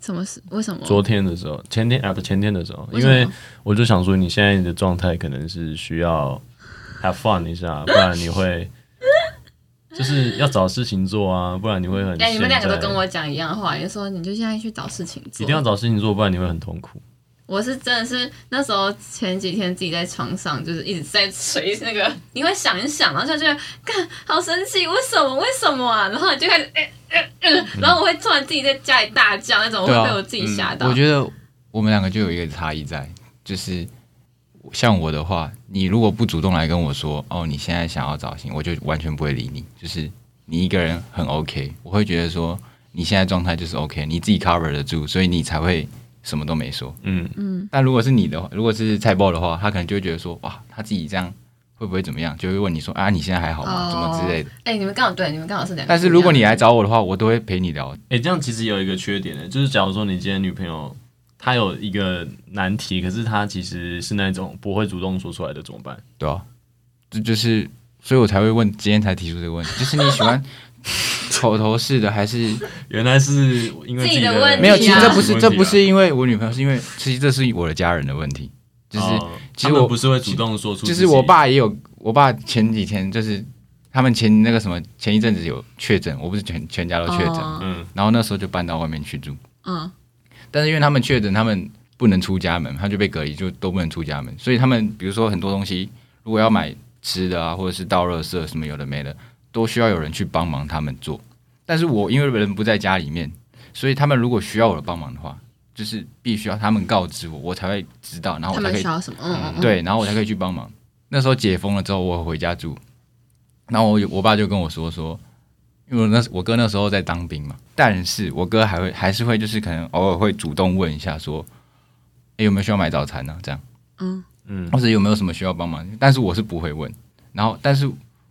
[SPEAKER 1] 什么事？为什么？
[SPEAKER 4] 昨天的时候，前天啊不前天的时候，
[SPEAKER 1] 为
[SPEAKER 4] 因
[SPEAKER 1] 什么
[SPEAKER 4] 为我就想说你现在的状态可能是需要 have fun 一下，不然你 会就是要找事情做啊，不然你会很
[SPEAKER 1] 哎、你们两个
[SPEAKER 4] 陷
[SPEAKER 1] 都
[SPEAKER 4] 在
[SPEAKER 1] 跟我讲一样的话，你就说你就现在去找事情做。
[SPEAKER 4] 一定要找事情做，不然你会很痛苦。
[SPEAKER 1] 我是真的是那时候前几天自己在床上，就是一直在捶那个， 你会想一想，然后就觉得干好生气，为什么为什么啊？然后你就开始， 呃呃呃、然后我会突然自己在家里大叫那种，我
[SPEAKER 5] 对啊
[SPEAKER 1] 会被我自己吓到。
[SPEAKER 5] 我觉得我们两个就有一个差异在，就是像我的话，你如果不主动来跟我说，哦，你现在想要找型，我就完全不会理你。就是你一个人很 OK，我会觉得说你现在状态就是 OK，你自己 cover 得住，所以你才会什么都没说。
[SPEAKER 4] 嗯，
[SPEAKER 1] 嗯，
[SPEAKER 5] 但如果是你的话，如果是菜包的话，他可能就会觉得说，哇，他自己这样会不会怎么样？就会问你说，啊，你现在还好吗？怎么之类的。
[SPEAKER 1] 哎、你们刚好对，你们刚好是两个不一样的。
[SPEAKER 5] 但是如果你来找我的话，我都会陪你聊。
[SPEAKER 4] 哎、这样其实有一个缺点呢，就是假如说你今天女朋友她有一个难题，可是她其实是那种不会主动说出来的，怎么办？
[SPEAKER 5] 对啊，这就是，所以我才会问，今天才提出这个问题，就是你喜 欢口头式的还是
[SPEAKER 4] 原来是因为
[SPEAKER 1] 自己
[SPEAKER 4] 的
[SPEAKER 1] 的问题啊
[SPEAKER 5] 没有？其实这不
[SPEAKER 4] 啊问
[SPEAKER 5] 是，
[SPEAKER 4] 题啊
[SPEAKER 5] 这不是因为我女朋友，是因为其实这是我的家人的问题，就是、
[SPEAKER 4] 哦
[SPEAKER 5] 其实
[SPEAKER 4] 他们
[SPEAKER 5] 我
[SPEAKER 4] 不是会主动说出，
[SPEAKER 5] 就是我，爸也有，我爸前几天就是他们前那个什么前一阵子有确诊，我不是全全家都确诊，
[SPEAKER 1] 哦
[SPEAKER 4] 嗯，
[SPEAKER 5] 然后那时候就搬到外面去住，
[SPEAKER 1] 嗯
[SPEAKER 5] 但是因为他们确诊，他们不能出家门，他就被隔离，就都不能出家门。所以他们比如说很多东西，如果要买吃的啊，或者是倒垃圾什么有的没的，都需要有人去帮忙他们做。但是我因为人不在家里面，所以他们如果需要我的帮忙的话，就是必须要他们告知我，我才会知道，然后
[SPEAKER 1] 他
[SPEAKER 5] 我才
[SPEAKER 1] 们
[SPEAKER 5] 可以
[SPEAKER 1] 需要什么？嗯嗯嗯，
[SPEAKER 5] 对，然后我才可以去帮忙。那时候解封了之后，我回家住，然后我有我爸就跟我说说，因为我那时我哥那时候在当兵嘛，但是我哥还会还是会就是可能偶尔会主动问一下说，哎有没有需要买早餐呢、这样，
[SPEAKER 1] 嗯，
[SPEAKER 4] 嗯
[SPEAKER 5] 或者有没有什么需要帮忙，但是我是不会问，然后但是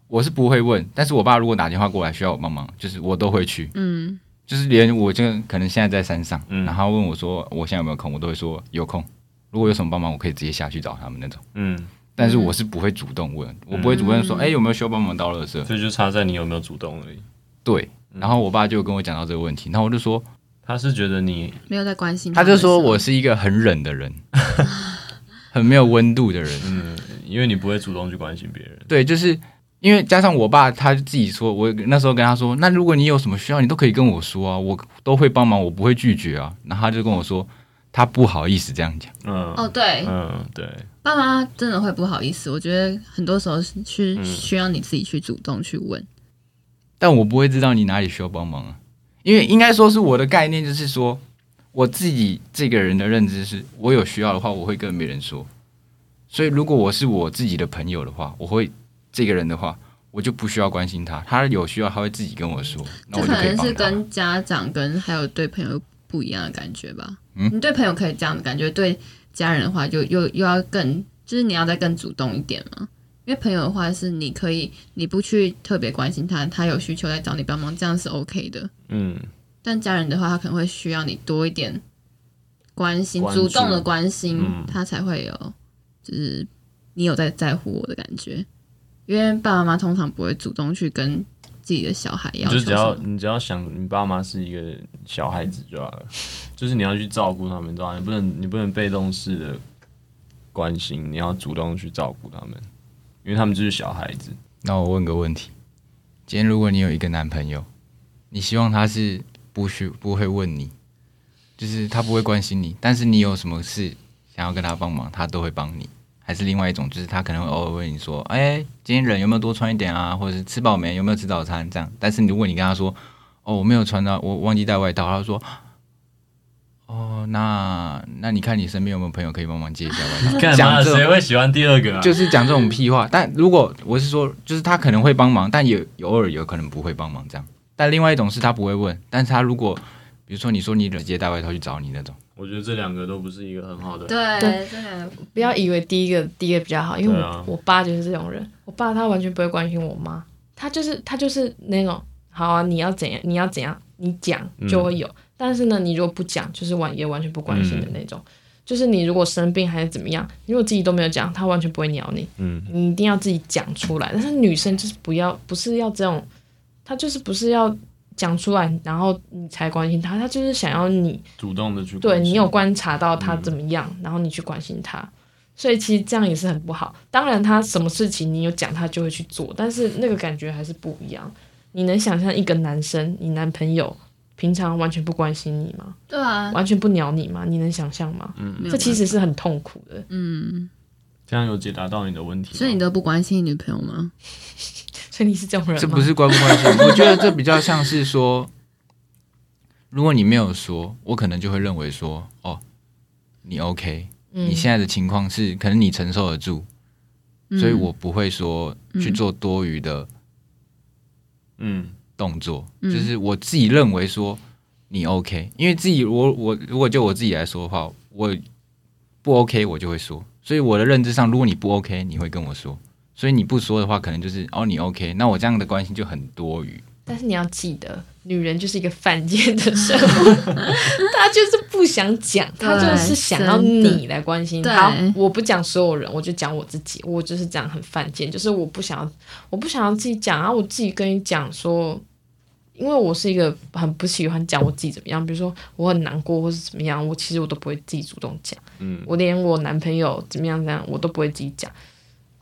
[SPEAKER 5] 我是不会问，但是我爸如果打电话过来需要我帮忙，就是我都会去，
[SPEAKER 1] 嗯，
[SPEAKER 5] 就是连我这个可能现在在山上，
[SPEAKER 4] 嗯
[SPEAKER 5] 然后问我说我现在有没有空，我都会说有空，如果有什么帮忙，我可以直接下去找他们那种。
[SPEAKER 4] 嗯，
[SPEAKER 5] 但是我是不会主动问，我不会主动说，哎、有没有需要帮忙倒垃圾？
[SPEAKER 4] 所以就差在你有没有主动而已。
[SPEAKER 5] 对。
[SPEAKER 4] 嗯
[SPEAKER 5] 然后我爸就跟我讲到这个问题，然后我就说，
[SPEAKER 4] 他是觉得你
[SPEAKER 1] 没有在关心
[SPEAKER 5] 他
[SPEAKER 1] 们
[SPEAKER 5] 就说
[SPEAKER 1] 是吗
[SPEAKER 5] 我是一个很冷的人，很没有温度的人。
[SPEAKER 4] 嗯，因为你不会主动去关心别人，
[SPEAKER 5] 对，就是因为加上我爸他自己说，我那时候跟他说，那如果你有什么需要，你都可以跟我说啊，我都会帮忙，我不会拒绝啊。然后他就跟我说，他不好意思这样讲，
[SPEAKER 4] 嗯，
[SPEAKER 1] 哦，对，
[SPEAKER 4] 嗯，对，
[SPEAKER 1] 爸妈真的会不好意思，我觉得很多时候是去
[SPEAKER 4] 嗯
[SPEAKER 1] 需要你自己去主动去问。
[SPEAKER 5] 但我不会知道你哪里需要帮忙啊，因为应该说是我的概念就是说，我自己这个人的认知是，我有需要的话，我会跟别人说。所以如果我是我自己的朋友的话，我会这个人的话，我就不需要关心他，他有需要他会自己跟我说，那
[SPEAKER 1] 这
[SPEAKER 5] 我
[SPEAKER 1] 可
[SPEAKER 5] 就可以
[SPEAKER 1] 能
[SPEAKER 5] 帮
[SPEAKER 1] 是
[SPEAKER 5] 他。
[SPEAKER 1] 跟家长跟还有对朋友不一样的感觉吧。
[SPEAKER 5] 嗯
[SPEAKER 1] 你对朋友可以这样的感觉，对家人的话就又又要更，就是你要再更主动一点嘛。因为朋友的话是你可以你不去特别关心他，他有需求来找你帮忙，这样是 OK 的。
[SPEAKER 4] 嗯，
[SPEAKER 1] 但家人的话，他可能会需要你多一点关心，
[SPEAKER 4] 关注
[SPEAKER 1] 主动的关心，
[SPEAKER 4] 嗯
[SPEAKER 1] 他才会有就是你有在在乎我的感觉。因为爸爸妈妈通常不会主动去跟自己的小孩
[SPEAKER 4] 你
[SPEAKER 1] 要求
[SPEAKER 4] 就
[SPEAKER 1] 什
[SPEAKER 4] 只要
[SPEAKER 1] 么，
[SPEAKER 4] 你只要想你爸妈是一个小孩子就好了，就是你要去照顾他们，知道吗？你不能你不能被动式的关心，你要主动去照顾他们，因为他们就是小孩子，
[SPEAKER 5] 那我问个问题：今天如果你有一个男朋友，你希望他是不需不会问你，就是他不会关心你，但是你有什么事想要跟他帮忙，他都会帮你。还是另外一种，就是他可能会偶尔问你说：“哎、今天冷有没有多穿一点啊？或者是吃饱没？有没有吃早餐？”这样。但是如果你跟他说：“哦，我没有穿到，我忘记带外套。”他就说：“哦，那那你看你身边有没有朋友可以帮忙借一下外套？”
[SPEAKER 4] 干嘛？
[SPEAKER 5] 讲这种
[SPEAKER 4] 谁会喜欢第二个啊？
[SPEAKER 5] 就是讲这种屁话。但如果我是说，就是他可能会帮忙，但也有偶尔有可能不会帮忙这样。但另外一种是他不会问，但是他如果比如说你说你直接带外套去找你那种，
[SPEAKER 4] 我觉得这两个都不是一个很好的。
[SPEAKER 1] 对，真的
[SPEAKER 3] 不要以为第一个第一个比较好，因为我、
[SPEAKER 4] 对啊
[SPEAKER 3] 我爸就是这种人，我爸他完全不会关心我妈，他就是他就是那种好啊，你要怎样你要怎样，你讲就会有，
[SPEAKER 4] 嗯
[SPEAKER 3] 但是呢，你如果不讲，就是完也完全不关心的那种。
[SPEAKER 4] 嗯
[SPEAKER 3] 就是你如果生病还是怎么样，你如果自己都没有讲，他完全不会鸟你。
[SPEAKER 4] 嗯，
[SPEAKER 3] 你一定要自己讲出来。但是女生就是不要，不是要这种，她就是不是要讲出来，然后你才关心她，她就是想要你
[SPEAKER 4] 主动的去
[SPEAKER 3] 对
[SPEAKER 4] 关心
[SPEAKER 3] 你有观察到他怎么样，
[SPEAKER 5] 嗯
[SPEAKER 3] 然后你去关心他，所以其实这样也是很不好。当然，他什么事情你有讲，他就会去做，但是那个感觉还是不一样。你能想象一个男生，你男朋友平常完全不关心你吗？
[SPEAKER 1] 对
[SPEAKER 5] 嗯
[SPEAKER 1] 啊，
[SPEAKER 3] 完全不鸟你吗？你能想象吗？
[SPEAKER 1] 没有
[SPEAKER 3] 这其实是很痛苦的。
[SPEAKER 1] 嗯，
[SPEAKER 4] 这样有解答到你的问题吗。
[SPEAKER 1] 所以你都不关心你女朋友吗？
[SPEAKER 3] 所以你是这种人吗？
[SPEAKER 5] 这不是关不关心？ 我觉得这比较像是说，如果你没有说，我可能就会认为说，哦，你 OK，
[SPEAKER 3] 嗯
[SPEAKER 5] 你现在的情况是可能你承受得住，
[SPEAKER 1] 嗯
[SPEAKER 5] 所以我不会说去做多余的
[SPEAKER 4] 嗯，
[SPEAKER 5] 动作，
[SPEAKER 1] 嗯
[SPEAKER 5] 就是我自己认为说你 OK，因为自己我我如果就我自己来说的话，我不 OK 我就会说，所以我的认知上，如果你不 OK，你会跟我说，所以你不说的话，可能就是哦你 OK，那我这样的关系就很多余。
[SPEAKER 3] 但是你要记得，女人就是一个犯贱的生物，她就是不想讲，她就是想要你来关心
[SPEAKER 1] 对
[SPEAKER 3] 她。好我不讲所有人，我就讲我自己，我就是这样很犯贱，就是我不想要，我不想要自己讲啊，然后我自己跟你讲说。因为我是一个很不喜欢讲我自己怎么样，比如说我很难过或是怎么样，我其实我都不会自己主动讲，
[SPEAKER 4] 嗯
[SPEAKER 3] 我连我男朋友怎么样怎么样我都不会自己讲。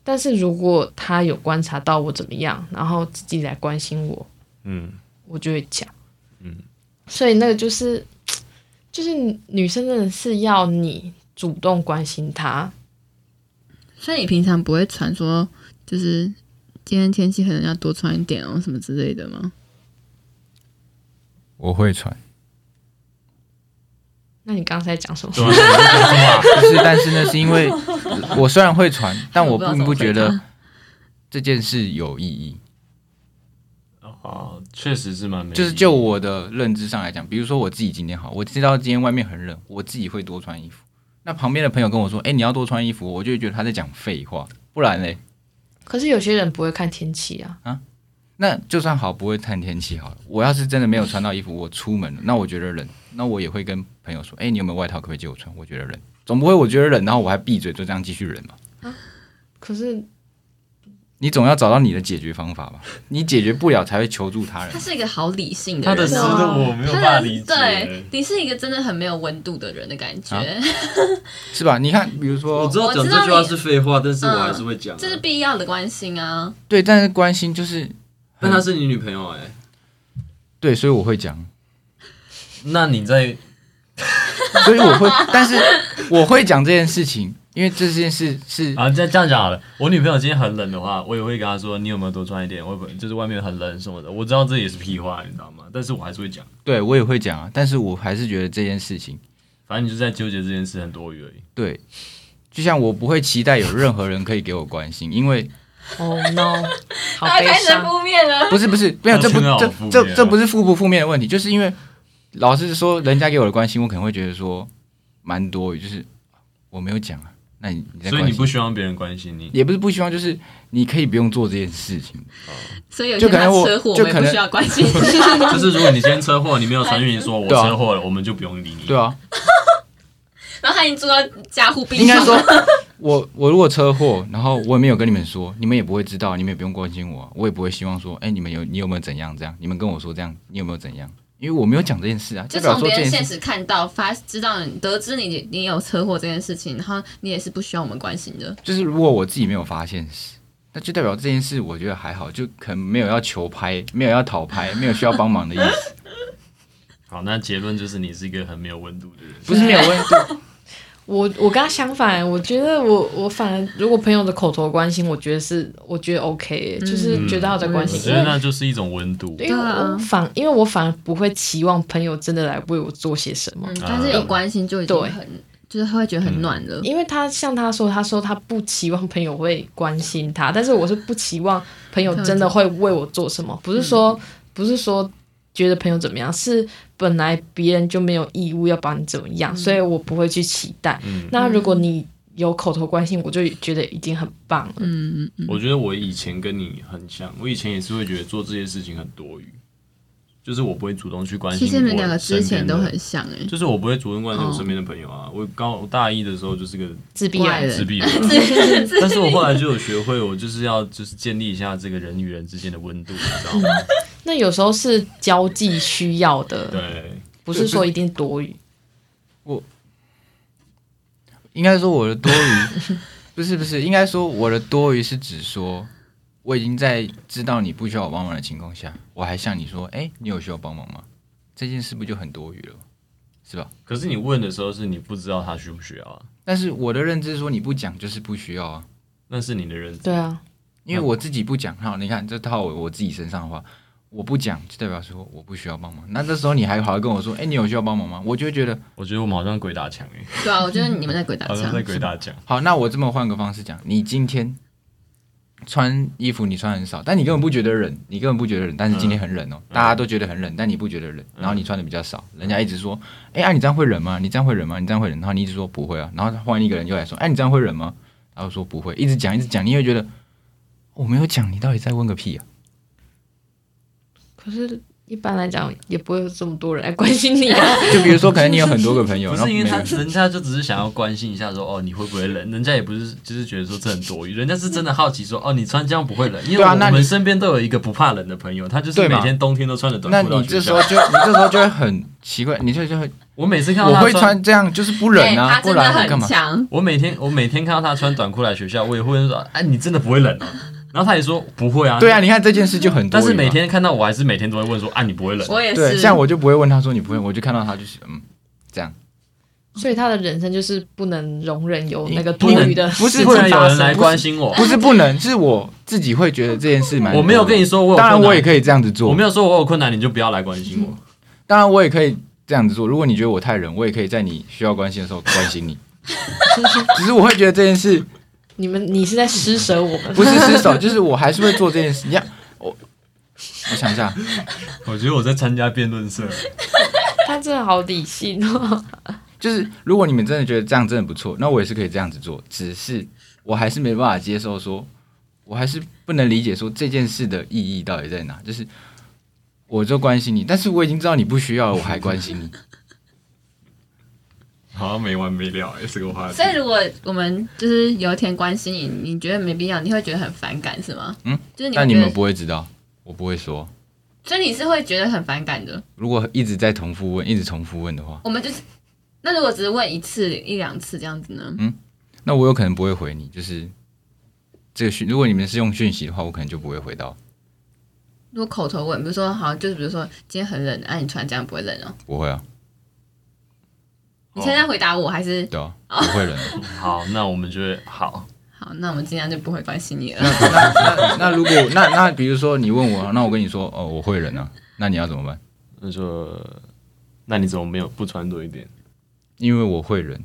[SPEAKER 3] 但是如果他有观察到我怎么样，然后自己来关心我，
[SPEAKER 4] 嗯，
[SPEAKER 3] 我就会讲。
[SPEAKER 4] 嗯，
[SPEAKER 3] 所以那个就是，就是女生真的是要你主动关心她。
[SPEAKER 1] 所以你平常不会传说，就是今天天气可能要多穿一点哦，什么之类的吗？
[SPEAKER 2] 我会传，
[SPEAKER 3] 那你刚才讲什么？
[SPEAKER 4] 对啊你在讲什么啊
[SPEAKER 5] 不是，但是呢，是因为我虽然会传，但我并不
[SPEAKER 1] 我
[SPEAKER 5] 觉
[SPEAKER 1] 不知道怎么回
[SPEAKER 5] 得这件事有意义。
[SPEAKER 4] 哦，确实是蛮没意义，
[SPEAKER 5] 就是就我的认知上来讲，比如说我自己今天好，我知道今天外面很冷，我自己会多穿衣服。那旁边的朋友跟我说：“哎、你要多穿衣服。”我就会觉得他在讲废话，不然嘞，
[SPEAKER 3] 可是有些人不会看天气啊。
[SPEAKER 5] 那就算好不会看天气好了，我要是真的没有穿到衣服，我出门了，那我觉得冷，那我也会跟朋友说：“哎、你有没有外套？可不可以借我穿？我觉得冷。”总不会我觉得冷，然后我还闭嘴就这样继续冷嘛？
[SPEAKER 3] 可是
[SPEAKER 5] 你总要找到你的解决方法吧？你解决不了才会求助他人
[SPEAKER 1] 他。是一个好理性
[SPEAKER 4] 他
[SPEAKER 1] 的
[SPEAKER 4] 的
[SPEAKER 1] 人
[SPEAKER 4] 思
[SPEAKER 1] 哦，
[SPEAKER 4] 路我没有办法理解，
[SPEAKER 1] 对，你是一个真的很没有温度的人的感觉，
[SPEAKER 5] 啊是吧？你看，比如
[SPEAKER 6] 我
[SPEAKER 5] 说
[SPEAKER 6] 知，道讲这句话是废话，但是我还是会讲啊。
[SPEAKER 1] 这是必要的关心啊。
[SPEAKER 5] 对，但是关心就是
[SPEAKER 6] 但她是你女朋友
[SPEAKER 4] 欸
[SPEAKER 6] 哎，
[SPEAKER 5] 对，所以我会讲。
[SPEAKER 4] 那你在
[SPEAKER 5] 所以我会，但是我会讲这件事情，因为这件事是
[SPEAKER 4] 啊，这这样讲好了。我女朋友今天很冷的话，我也会跟她说，你有没有多穿一点？我不就是外面很冷什么的。我知道这也是屁话，你知道吗？但是我还是会讲，
[SPEAKER 5] 对我也会讲啊，但是我还是觉得这件事情，
[SPEAKER 4] 反正你就在纠结这件事很多余而已。
[SPEAKER 5] 对，就像我不会期待有任何人可以给我关心，因为
[SPEAKER 3] ，Oh no，好
[SPEAKER 1] 大
[SPEAKER 3] 悲
[SPEAKER 1] 家开始
[SPEAKER 3] 伤。
[SPEAKER 1] 负面了，
[SPEAKER 5] 不是不 是没有这不
[SPEAKER 4] 真的好
[SPEAKER 5] 这
[SPEAKER 4] 负面
[SPEAKER 5] 这
[SPEAKER 4] 哦
[SPEAKER 5] 这不是负不负面的问题，就是因为老实说，人家给我的关心，我可能会觉得说蛮多余，就是我没有讲啊，那你你在
[SPEAKER 4] 所以
[SPEAKER 5] 关
[SPEAKER 4] 你不
[SPEAKER 5] 心。
[SPEAKER 4] 希望别人关心你，
[SPEAKER 5] 也不是不希望，就是你可以不用做这件事情。
[SPEAKER 1] 所以有一
[SPEAKER 5] 就
[SPEAKER 1] 天
[SPEAKER 5] 可能
[SPEAKER 1] 他
[SPEAKER 5] 我
[SPEAKER 1] 车祸，我
[SPEAKER 5] 就
[SPEAKER 1] 们也
[SPEAKER 5] 可
[SPEAKER 1] 不
[SPEAKER 5] 能
[SPEAKER 1] 需要关心。
[SPEAKER 4] 就是如果你今天车祸，你没有传讯息说我
[SPEAKER 5] 对啊
[SPEAKER 4] 车祸了，我们就不用理你。
[SPEAKER 5] 对啊，
[SPEAKER 1] 然后他已经住到加护病
[SPEAKER 5] 应该
[SPEAKER 1] 房，
[SPEAKER 5] 说， 我我如果车祸，然后我也没有跟你们说，你们也不会知道，你们也不用关心我，我也不会希望说，哎、你们有你有没有怎样这样？你们跟我说这样，你有没有怎样？因为我没有讲这件事啊，
[SPEAKER 1] 就
[SPEAKER 5] 代表
[SPEAKER 1] 从
[SPEAKER 5] 说
[SPEAKER 1] 别
[SPEAKER 5] 这
[SPEAKER 1] 人
[SPEAKER 5] 件
[SPEAKER 1] 现
[SPEAKER 5] 事
[SPEAKER 1] 实看到，发知道你得知你你有车祸这件事情，然后你也是不需要我们关心的。
[SPEAKER 5] 就是如果我自己没有发现时，那就代表这件事我觉得还好，就可能没有要求拍，没有要讨拍，没有需要帮忙的意思，
[SPEAKER 4] 好，那结论就是你是一个很没有温度的人。
[SPEAKER 5] 不是没有问 题。
[SPEAKER 3] 我我跟她相反，我觉得我我反而如果朋友的口头关心，我觉得是我觉得 OK，、就是觉得她有在关
[SPEAKER 4] 我
[SPEAKER 3] 心。
[SPEAKER 4] 觉得那就是一种温度。
[SPEAKER 3] 因为我反，因为我反而不会期望朋友真的来为我做些什么，
[SPEAKER 1] 嗯，但是有关心就已经
[SPEAKER 3] 对嗯
[SPEAKER 1] 很，就是会觉得很暖了。
[SPEAKER 3] 因为他像他说，他说他不期望朋友会关心他，但是我是不期望朋友真的会为我做什么，不是说、不是说觉得朋友怎么样，是本来别人就没有义务要把你怎么样，所以我不会去期待。
[SPEAKER 4] 嗯
[SPEAKER 3] 那如果你有口头关心，我就觉得已经很棒了。
[SPEAKER 1] 嗯嗯嗯，
[SPEAKER 4] 我觉得我以前跟你很像，我以前也是会觉得做这些事情很多余，就是我不会主动去关
[SPEAKER 1] 其实
[SPEAKER 4] 心。
[SPEAKER 1] 你们两个之前都很像哎、
[SPEAKER 4] 就是我不会主动关心
[SPEAKER 5] 嗯
[SPEAKER 4] 我身边的朋友啊。我高我大一的时候就是个
[SPEAKER 3] 自闭啊
[SPEAKER 1] 怪
[SPEAKER 3] 人
[SPEAKER 1] 人
[SPEAKER 4] 自闭的人，但是我后来就有学会，我就是要就是建立一下这个人与人之间的温度，你知道吗？
[SPEAKER 3] 那有时候是交际需要的，
[SPEAKER 4] 对，
[SPEAKER 3] 不是说一定多余。
[SPEAKER 5] 应该说我的多余， 不是不是，应该说我的多余是指说，我已经在知道你不需要我帮忙的情况下，我还向你说，哎、你有需要帮忙吗？这件事不就很多余了吗，是吧？
[SPEAKER 4] 可是你问的时候是你不知道他需不需要啊，
[SPEAKER 5] 但是我的认知说你不讲就是不需要啊，
[SPEAKER 4] 那是你的认知。
[SPEAKER 3] 对啊，
[SPEAKER 5] 因为我自己不讲，好，你看这套我我自己身上的话，我不讲，就代表说我不需要帮忙。那这时候你还好跟我说，哎、你有需要帮忙吗？我就会觉得，
[SPEAKER 4] 我觉得我们好像鬼打墙哎、
[SPEAKER 1] 对啊，我觉得你们在鬼打
[SPEAKER 4] 好像
[SPEAKER 1] 墙
[SPEAKER 4] 在，鬼打墙。
[SPEAKER 5] 好，那我这么换个方式讲，你今天穿衣服你穿很少，但你根本不觉得冷，你根本不觉得冷，但是今天很冷哦，
[SPEAKER 4] 嗯
[SPEAKER 5] 大家都觉得很冷，但你不觉得冷，然后你穿的比较少，人家一直说，哎、啊，你这样会冷吗？你这样会冷吗？你这样会冷？然后你一直说不会啊，然后换一个人又来说，哎、你这样会冷吗？然后说不会，一直讲一直讲，你会觉得哦我没有讲，你到底在问个屁 啊？
[SPEAKER 3] 可是一般来讲也不会有这么多人来关心你啊。
[SPEAKER 5] 就比如说，可能你有很多个朋友，
[SPEAKER 4] 不
[SPEAKER 5] 然后
[SPEAKER 4] 是因为
[SPEAKER 5] 每
[SPEAKER 4] 他
[SPEAKER 5] 个，
[SPEAKER 4] 人家就只是想要关心一下说，哦你会不会冷？人家也不是就是觉得说这很多余，人家是真的好奇说哦你穿这样不会冷，因为
[SPEAKER 5] 对啊
[SPEAKER 4] 我
[SPEAKER 5] 那
[SPEAKER 4] 我
[SPEAKER 5] 你
[SPEAKER 4] 们身边都有一个不怕冷的朋友，他就是
[SPEAKER 5] 对
[SPEAKER 4] 每
[SPEAKER 5] 嘛
[SPEAKER 4] 天冬天都穿着
[SPEAKER 5] 那
[SPEAKER 4] 短裤到
[SPEAKER 5] 你
[SPEAKER 4] 学
[SPEAKER 5] 这时
[SPEAKER 4] 校
[SPEAKER 5] 候。就你这时候就会很奇怪，你就就会
[SPEAKER 4] 我每次看到
[SPEAKER 5] 我
[SPEAKER 4] 他
[SPEAKER 5] 会穿这样就是不冷
[SPEAKER 1] 哎
[SPEAKER 5] 啊，
[SPEAKER 1] 他
[SPEAKER 5] 不
[SPEAKER 1] 真的
[SPEAKER 5] 然我干
[SPEAKER 1] 很
[SPEAKER 5] 嘛？
[SPEAKER 1] 强，
[SPEAKER 4] 我每天我每天看到他穿短裤来学校，我也会说：“哎，你真的不会冷哦、然后他也说：“不会啊。”
[SPEAKER 5] 对啊，，你看这件事就很多
[SPEAKER 4] 但
[SPEAKER 5] 余嘛，
[SPEAKER 4] 是每天看到我还是每天都会问说：“啊，你不会冷哦、
[SPEAKER 1] 我也
[SPEAKER 5] 对，
[SPEAKER 1] 是，
[SPEAKER 5] 像我就不会问他说你不会，我就看到他就是 嗯这样。
[SPEAKER 3] 所以他的人生就是不能容忍有那个多
[SPEAKER 5] 不
[SPEAKER 3] 余
[SPEAKER 5] 能
[SPEAKER 3] 的
[SPEAKER 5] 不是
[SPEAKER 4] 不
[SPEAKER 5] 不
[SPEAKER 4] 然
[SPEAKER 5] 能
[SPEAKER 4] 有人来关心我。
[SPEAKER 5] 不是不能，是我自己会觉得这件事蛮。
[SPEAKER 4] 我没有跟你，说我有困
[SPEAKER 5] 当
[SPEAKER 4] 难，
[SPEAKER 5] 然我也可以这样子
[SPEAKER 4] 我
[SPEAKER 5] 做
[SPEAKER 4] 没，有说我有困难，你就不要来关 心我。
[SPEAKER 5] 当然我也可以这样子做。如果你觉得我太冷，我也可以在你需要关心的时候关心你。只是我会觉得这件事
[SPEAKER 3] 你们，你是在施舍我们？
[SPEAKER 5] 不是失手， 就是我还是会做这件事。你看我，我想一下，
[SPEAKER 4] 我觉得我在参加辩论社，
[SPEAKER 3] 他真的好理性哦。
[SPEAKER 5] 就是如果你们真的觉得这样真的不错，那我也是可以这样子做，只是我还是没办法接受说，我还是不能理解说这件事的意义到底在哪。就是我就关心你，但是我已经知道你不需要了，我还关心你。
[SPEAKER 4] 好像没完没了哎、这个话
[SPEAKER 1] 所以如果我们就是有一天关心你，你觉得没必要，你会觉得很反感是吗？
[SPEAKER 5] 嗯，
[SPEAKER 1] 就是你会
[SPEAKER 5] 但你
[SPEAKER 1] 觉得
[SPEAKER 5] 们，不会知道，我不会说。
[SPEAKER 1] 所以你是会觉得很反感的。
[SPEAKER 5] 如果一直在重复问，一直重复问的话，
[SPEAKER 1] 我们就是，那如果只是问一次一两次这样子呢？
[SPEAKER 5] 那我有可能不会回你。就是这个讯，如果你们是用讯息的话，我可能就不会回到，
[SPEAKER 1] 如果口头问，比如说好，就是比如说今天很冷，哎、你穿这样不会冷哦？
[SPEAKER 5] 不会啊，哦
[SPEAKER 1] 你现在回答我还是
[SPEAKER 5] 对啊，不会人。
[SPEAKER 4] 好，那我们就会好。
[SPEAKER 1] 好？那我们今天就不会关心你了。
[SPEAKER 5] 那那那那如果那那比如说你问我，那我跟你说哦，我会忍啊，那你要怎么办？
[SPEAKER 4] 那说，那你怎么没有不穿多一点？
[SPEAKER 5] 因为我会忍，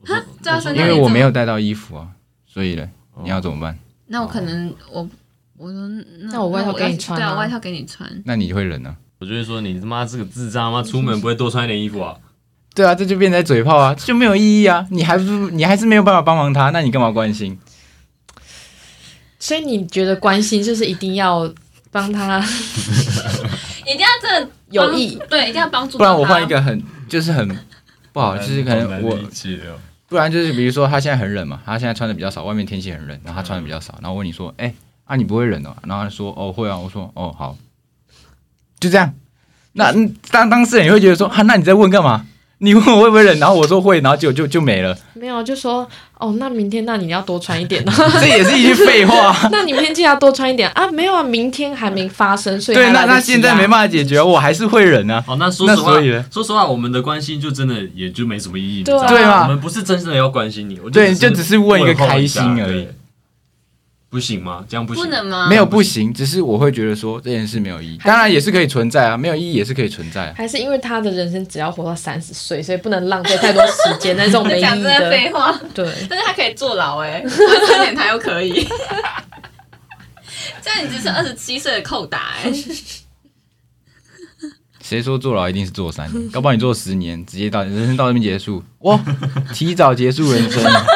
[SPEAKER 4] 我说
[SPEAKER 1] 这样说
[SPEAKER 4] 我
[SPEAKER 1] 那
[SPEAKER 5] 因
[SPEAKER 1] 你
[SPEAKER 5] 为
[SPEAKER 1] 怎么
[SPEAKER 5] 我没有带到衣服啊，所以呢，
[SPEAKER 4] 哦
[SPEAKER 5] 你要怎么办？
[SPEAKER 1] 那我可能我我说那
[SPEAKER 3] 那我外套给你
[SPEAKER 1] 要
[SPEAKER 3] 穿
[SPEAKER 1] 对
[SPEAKER 3] 啊
[SPEAKER 1] 啊，外套给你穿。
[SPEAKER 5] 那你会忍啊？
[SPEAKER 4] 我就会说你他妈是个智障吗？出
[SPEAKER 6] 出
[SPEAKER 4] 门
[SPEAKER 6] 门不会多穿一点衣服啊？
[SPEAKER 5] 对啊，这就变成嘴炮啊，这就没有意义啊！你还不你还是没有办法帮忙他，那你干嘛关心？
[SPEAKER 3] 所以你觉得关心就是一定要帮他
[SPEAKER 1] 一定要这
[SPEAKER 3] 有益，
[SPEAKER 1] 对，一定要帮助。
[SPEAKER 5] 不然我换一，个很就是很不好，哦就是可能我
[SPEAKER 4] 好难理解哦
[SPEAKER 5] 不然就是比如说他现在很冷嘛，他现在穿的比较少，外面天气很冷，然后他穿的比较少，然后我问你说，哎、啊你不会冷哦？然后他说哦会啊，我说哦好，就这样。那嗯当当事人也会觉得说，啊那你在问干嘛？你问我会不会冷，然后我说会，然后就就就没了，
[SPEAKER 3] 没有就说哦，那明天那你要多穿一点哦。
[SPEAKER 5] 这也是一句 废话。
[SPEAKER 3] 那你明天记得要多穿一点啊。没有啊，明天还没发生，所以
[SPEAKER 5] 对，
[SPEAKER 3] 还
[SPEAKER 5] 那
[SPEAKER 3] 来得
[SPEAKER 5] 那
[SPEAKER 3] 及
[SPEAKER 5] 现在
[SPEAKER 3] 啊
[SPEAKER 5] 没办法解决，我还是会冷啊。
[SPEAKER 4] 好，哦那说实
[SPEAKER 5] 那所以呢
[SPEAKER 4] 话，说实话，我们的关心就真的也就没什么意义，你知
[SPEAKER 3] 对啊
[SPEAKER 4] 道吗
[SPEAKER 5] 对嘛
[SPEAKER 4] 我们不是真的要关心你，我
[SPEAKER 5] 对
[SPEAKER 4] 就
[SPEAKER 5] 就只是问一个
[SPEAKER 4] 候
[SPEAKER 5] 开
[SPEAKER 4] 下
[SPEAKER 5] 心而已，
[SPEAKER 4] 对不行吗？这样不行，
[SPEAKER 1] 不能吗？
[SPEAKER 5] 没有不行，只是我会觉得说这件事没有意义，当然也是可以存在啊，没有意义也是可以存在啊。
[SPEAKER 3] 还是因为他的人生只要活到三十岁，所以不能浪费太多时间在这种没 意
[SPEAKER 1] 讲
[SPEAKER 3] 义
[SPEAKER 1] 真的
[SPEAKER 3] 的。
[SPEAKER 1] 废话。
[SPEAKER 3] 对，
[SPEAKER 1] 但是他可以坐牢哎、欸，我三点他又可以。 这样你只是二十七岁的扣打哎、
[SPEAKER 5] 谁说坐牢一定是坐 三年？搞不好你坐十年，直接到人生到这边结束，哇，提早结束人生。啊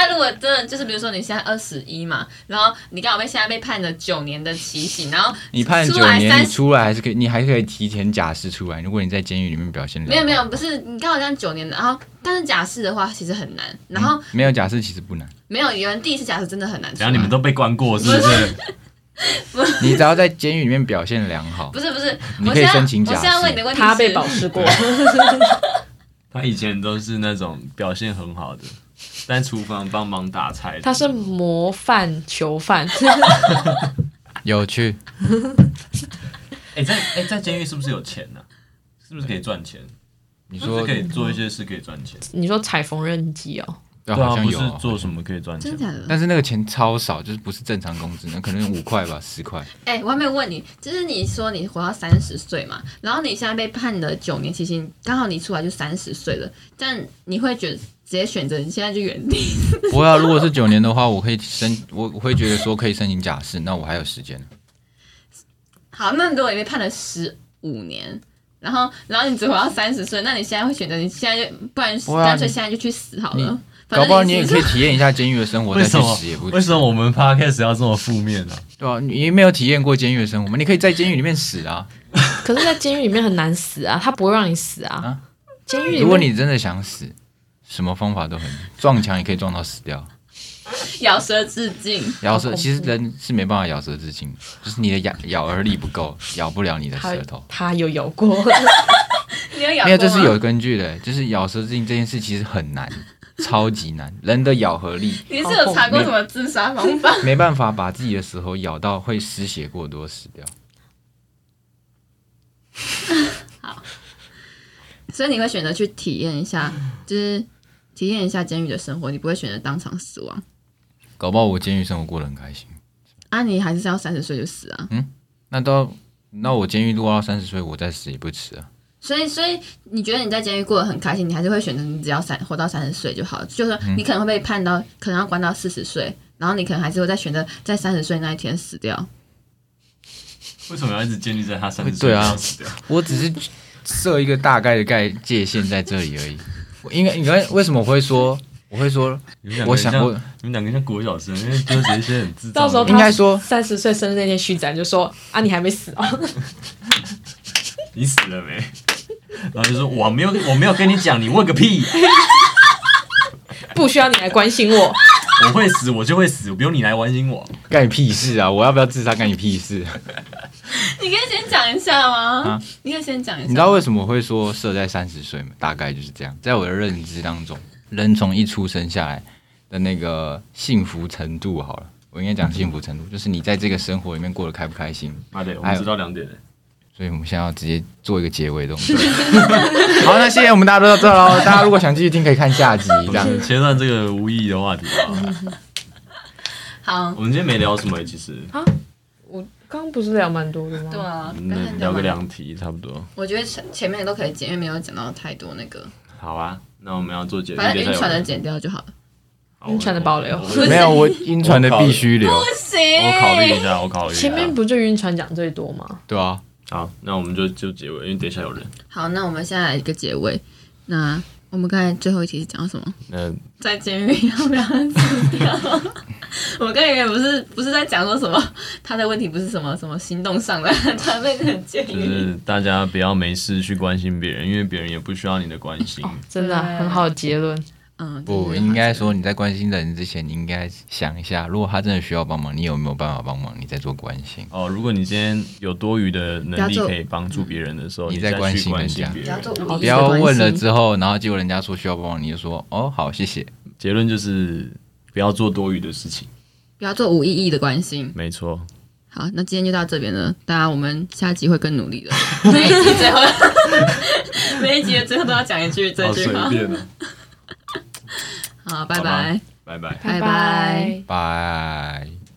[SPEAKER 1] 那如果真的就是比如说你现在二十一嘛，然后你刚好被现在被判了九年的期刑，然后
[SPEAKER 5] 你判
[SPEAKER 1] 出
[SPEAKER 5] 九
[SPEAKER 1] 来
[SPEAKER 5] 年，
[SPEAKER 1] 三
[SPEAKER 5] 你
[SPEAKER 1] 十
[SPEAKER 5] 出来还是可以，你还可以提前假释出来。如果你在监狱里面表现良好
[SPEAKER 1] 没有没有，不是你刚好这样九年的，然后但是假释的话其实很难，然后
[SPEAKER 5] 嗯没有假释其实 不难，
[SPEAKER 1] 没有有人第一次假释真的很难出来
[SPEAKER 4] 然后你们都被关过，是不是？
[SPEAKER 5] 你只要在监狱里面表现良好
[SPEAKER 1] 不，是不是，
[SPEAKER 5] 你
[SPEAKER 1] 我
[SPEAKER 5] 可以
[SPEAKER 1] 现在
[SPEAKER 5] 申请假
[SPEAKER 1] 我现在
[SPEAKER 5] 释
[SPEAKER 1] 问你的问题是，
[SPEAKER 3] 他被保释过，
[SPEAKER 4] 他以前都是那种表现很好的，在厨房帮忙打菜的，
[SPEAKER 3] 他是模范囚犯。
[SPEAKER 5] 有趣。
[SPEAKER 4] 哎、在哎、在监狱是不是有钱呢、是不是可以赚钱？
[SPEAKER 5] 你
[SPEAKER 4] 你说
[SPEAKER 5] 说
[SPEAKER 4] 可以做一些事可以赚钱？
[SPEAKER 3] 你说踩缝纫机哦，
[SPEAKER 5] 对啊，
[SPEAKER 4] 对啊，
[SPEAKER 5] 好像
[SPEAKER 4] 不
[SPEAKER 5] 有
[SPEAKER 4] 是
[SPEAKER 5] 啊。
[SPEAKER 4] 做什么可以赚钱
[SPEAKER 1] 真的。假的？
[SPEAKER 5] 但是那个钱超少，就是不是正常工资，那可能五块吧，十块。
[SPEAKER 1] 哎、我还没有问你，就是你说你活到三十岁嘛，然后你现在被判了九年期刑，刚好你出来就三十岁了，但你会觉得直接选择你现在就原地？
[SPEAKER 5] 不会啊，如果是九年的话，我可以申，我我会觉得说可以申请假释，那我还有时间。
[SPEAKER 1] 好，那如果你被判了十五年，然后然后你只活到三十岁，那你现在会选择你现在就，不然
[SPEAKER 5] 不会啊
[SPEAKER 1] 干脆现在就去死好了
[SPEAKER 5] 你。
[SPEAKER 1] 反
[SPEAKER 5] 搞
[SPEAKER 1] 正
[SPEAKER 5] 不好你也
[SPEAKER 1] 是
[SPEAKER 5] 可以体验一下监狱的生活，
[SPEAKER 4] 为
[SPEAKER 5] 再
[SPEAKER 4] 什
[SPEAKER 5] 去
[SPEAKER 4] 么
[SPEAKER 5] 死也不？
[SPEAKER 4] 为什么我们 podcast 要这么负面呢、
[SPEAKER 5] 对啊，你没有体验过监狱的生活吗？你可以在监狱里面死啊！
[SPEAKER 3] 可是，在监狱里面很难死啊，他不会让你死啊
[SPEAKER 5] 啊。
[SPEAKER 3] 监狱里面，
[SPEAKER 5] 如果你真的想死，什么方法都很，撞墙也可以撞到死掉。
[SPEAKER 1] 咬舌自尽。
[SPEAKER 5] 咬舌
[SPEAKER 3] 恐怖
[SPEAKER 5] 其实人是没办法咬舌自尽，就是你的咬咬合力不够，咬不了你的
[SPEAKER 3] 他
[SPEAKER 5] 舌头。
[SPEAKER 3] 他有咬过，
[SPEAKER 1] 你有咬
[SPEAKER 5] 没有，
[SPEAKER 1] 过
[SPEAKER 5] 这
[SPEAKER 1] 吗
[SPEAKER 5] 是有根据的，就是咬舌自尽这件事其实很难，超级难。人的咬合力
[SPEAKER 1] 你是有查过什么自杀方法？
[SPEAKER 5] 没办法把自己的舌头咬到会失血过多死掉。
[SPEAKER 1] 所以你会选择去体验一下，就是体验一下监狱的生活，你不会选择当场死亡
[SPEAKER 5] 搞不好我监狱生活过得很开心。
[SPEAKER 1] 啊？你还是要三十岁就死啊？
[SPEAKER 5] 那到那我监狱度过到三十岁，我再死也不迟啊。
[SPEAKER 1] 所以，所以你觉得你在监狱过得很开心，你还是会选择你只要三活到三十岁就好了。就是
[SPEAKER 4] 嗯
[SPEAKER 1] 说你可能会被判到，可能要关到四十岁，然后你可能还是会再选择在三十岁那一天死掉。
[SPEAKER 4] 为什么要一直建立在他三十岁
[SPEAKER 5] 对啊
[SPEAKER 4] 要死掉？
[SPEAKER 5] 我只是设一个大概的概界限在这里而已。我应该应该为什么我会说我会说
[SPEAKER 4] 你们两个
[SPEAKER 5] 我想
[SPEAKER 4] 像
[SPEAKER 5] 我
[SPEAKER 4] 你们两个像国小生，因为纠结一些很智障的。
[SPEAKER 3] 到时候
[SPEAKER 5] 嗯应该说
[SPEAKER 3] 三十岁生日那天，徐展就说啊，你还没死哦。
[SPEAKER 4] 你死了没？然后就说我没有，我没有跟你讲，你问个屁！
[SPEAKER 3] 不需要你来关心我。
[SPEAKER 4] 我会死，我就会死，不用你来关心我。
[SPEAKER 5] 干你屁事啊！我要不要自杀干你屁事？
[SPEAKER 1] 你可以先讲一下吗？
[SPEAKER 5] 啊
[SPEAKER 1] 你可以先讲一下。
[SPEAKER 5] 你知道为什么我会说设在三十岁吗？大概就是这样。在我的认知当中，人从一出生下来的那个幸福程度，好了，我应该讲幸福程度，就是你在这个生活里面过得开不开心。
[SPEAKER 4] 妈的，我
[SPEAKER 5] 哎
[SPEAKER 4] 们
[SPEAKER 5] 呦
[SPEAKER 4] 直到两点了。
[SPEAKER 5] 所以我们现在要直接做一个结尾动作。好，那谢谢我们大家都到这喽。大家如果想继续听，可以看下集。这
[SPEAKER 4] 我
[SPEAKER 5] 样，
[SPEAKER 4] 们切断这个无意义的话题
[SPEAKER 3] 嗯
[SPEAKER 4] 啊！
[SPEAKER 1] 好，
[SPEAKER 4] 我们今天没聊什么、欸其实，
[SPEAKER 3] 我刚刚不是聊蛮多的吗？
[SPEAKER 1] 对啊，刚才
[SPEAKER 4] 嗯聊个，两题差不多。
[SPEAKER 1] 我觉得前前面都可以剪，因为没有讲到太多那个，
[SPEAKER 4] 好啊，那我们要做结
[SPEAKER 1] 反正
[SPEAKER 4] 结
[SPEAKER 1] 晕
[SPEAKER 4] 束
[SPEAKER 1] 船的剪掉就好了。
[SPEAKER 4] 好
[SPEAKER 3] 晕船的保留
[SPEAKER 4] 我我
[SPEAKER 5] 没有我晕船的必须留，
[SPEAKER 1] 不行，
[SPEAKER 4] 我考虑一下，我考虑一下
[SPEAKER 3] 前。面不就晕船讲最多吗？
[SPEAKER 5] 对啊，
[SPEAKER 4] 好，那我们就就结尾，因为等一下有人。
[SPEAKER 1] 好，那我们现在来一个结尾。那我们刚才最后一题是讲到什么？
[SPEAKER 4] 那
[SPEAKER 1] 在监狱要不要死掉？ 我刚才不是不是在讲说什么，他的问题不是什么什么行动上的，他被很监
[SPEAKER 4] 就
[SPEAKER 1] 狱。
[SPEAKER 4] 是大家不要没事去关心别人，因为别人也不需要你的关心。
[SPEAKER 3] 真的啊
[SPEAKER 1] 对
[SPEAKER 3] 很好的结论。
[SPEAKER 1] 嗯，
[SPEAKER 5] 不应该说你在关心人之前，你应该想一下，如果他真的需要帮忙，你有没有办法帮忙？你再做关心。
[SPEAKER 4] 哦，如果你今天有多余的能
[SPEAKER 1] 不要
[SPEAKER 4] 力
[SPEAKER 1] 做
[SPEAKER 4] 可以帮助别人的时候，
[SPEAKER 5] 你
[SPEAKER 4] 你
[SPEAKER 5] 在
[SPEAKER 4] 再
[SPEAKER 5] 关
[SPEAKER 4] 去
[SPEAKER 5] 心
[SPEAKER 4] 关
[SPEAKER 5] 人
[SPEAKER 4] 心
[SPEAKER 5] 家
[SPEAKER 4] 别
[SPEAKER 1] 不要
[SPEAKER 4] 人
[SPEAKER 1] 做。无意
[SPEAKER 5] 不
[SPEAKER 1] 义的
[SPEAKER 5] 要
[SPEAKER 1] 关
[SPEAKER 5] 问了
[SPEAKER 1] 心。
[SPEAKER 5] 之后，然后结果人家说需要帮忙，你就说哦好，谢谢。
[SPEAKER 4] 结论就是不要做多余的事情。
[SPEAKER 1] 不要做无意义的关心。
[SPEAKER 4] 没错，
[SPEAKER 1] 好，那今天就到这边了，大家我们下集会更努力的。每一集最后， 每一集的最后都要讲一句这
[SPEAKER 4] 好
[SPEAKER 1] 句
[SPEAKER 4] 随
[SPEAKER 1] 话。
[SPEAKER 4] 便啊，
[SPEAKER 1] 好，拜
[SPEAKER 4] 好吧
[SPEAKER 1] 拜。
[SPEAKER 4] 拜拜。
[SPEAKER 1] 拜拜
[SPEAKER 5] 拜。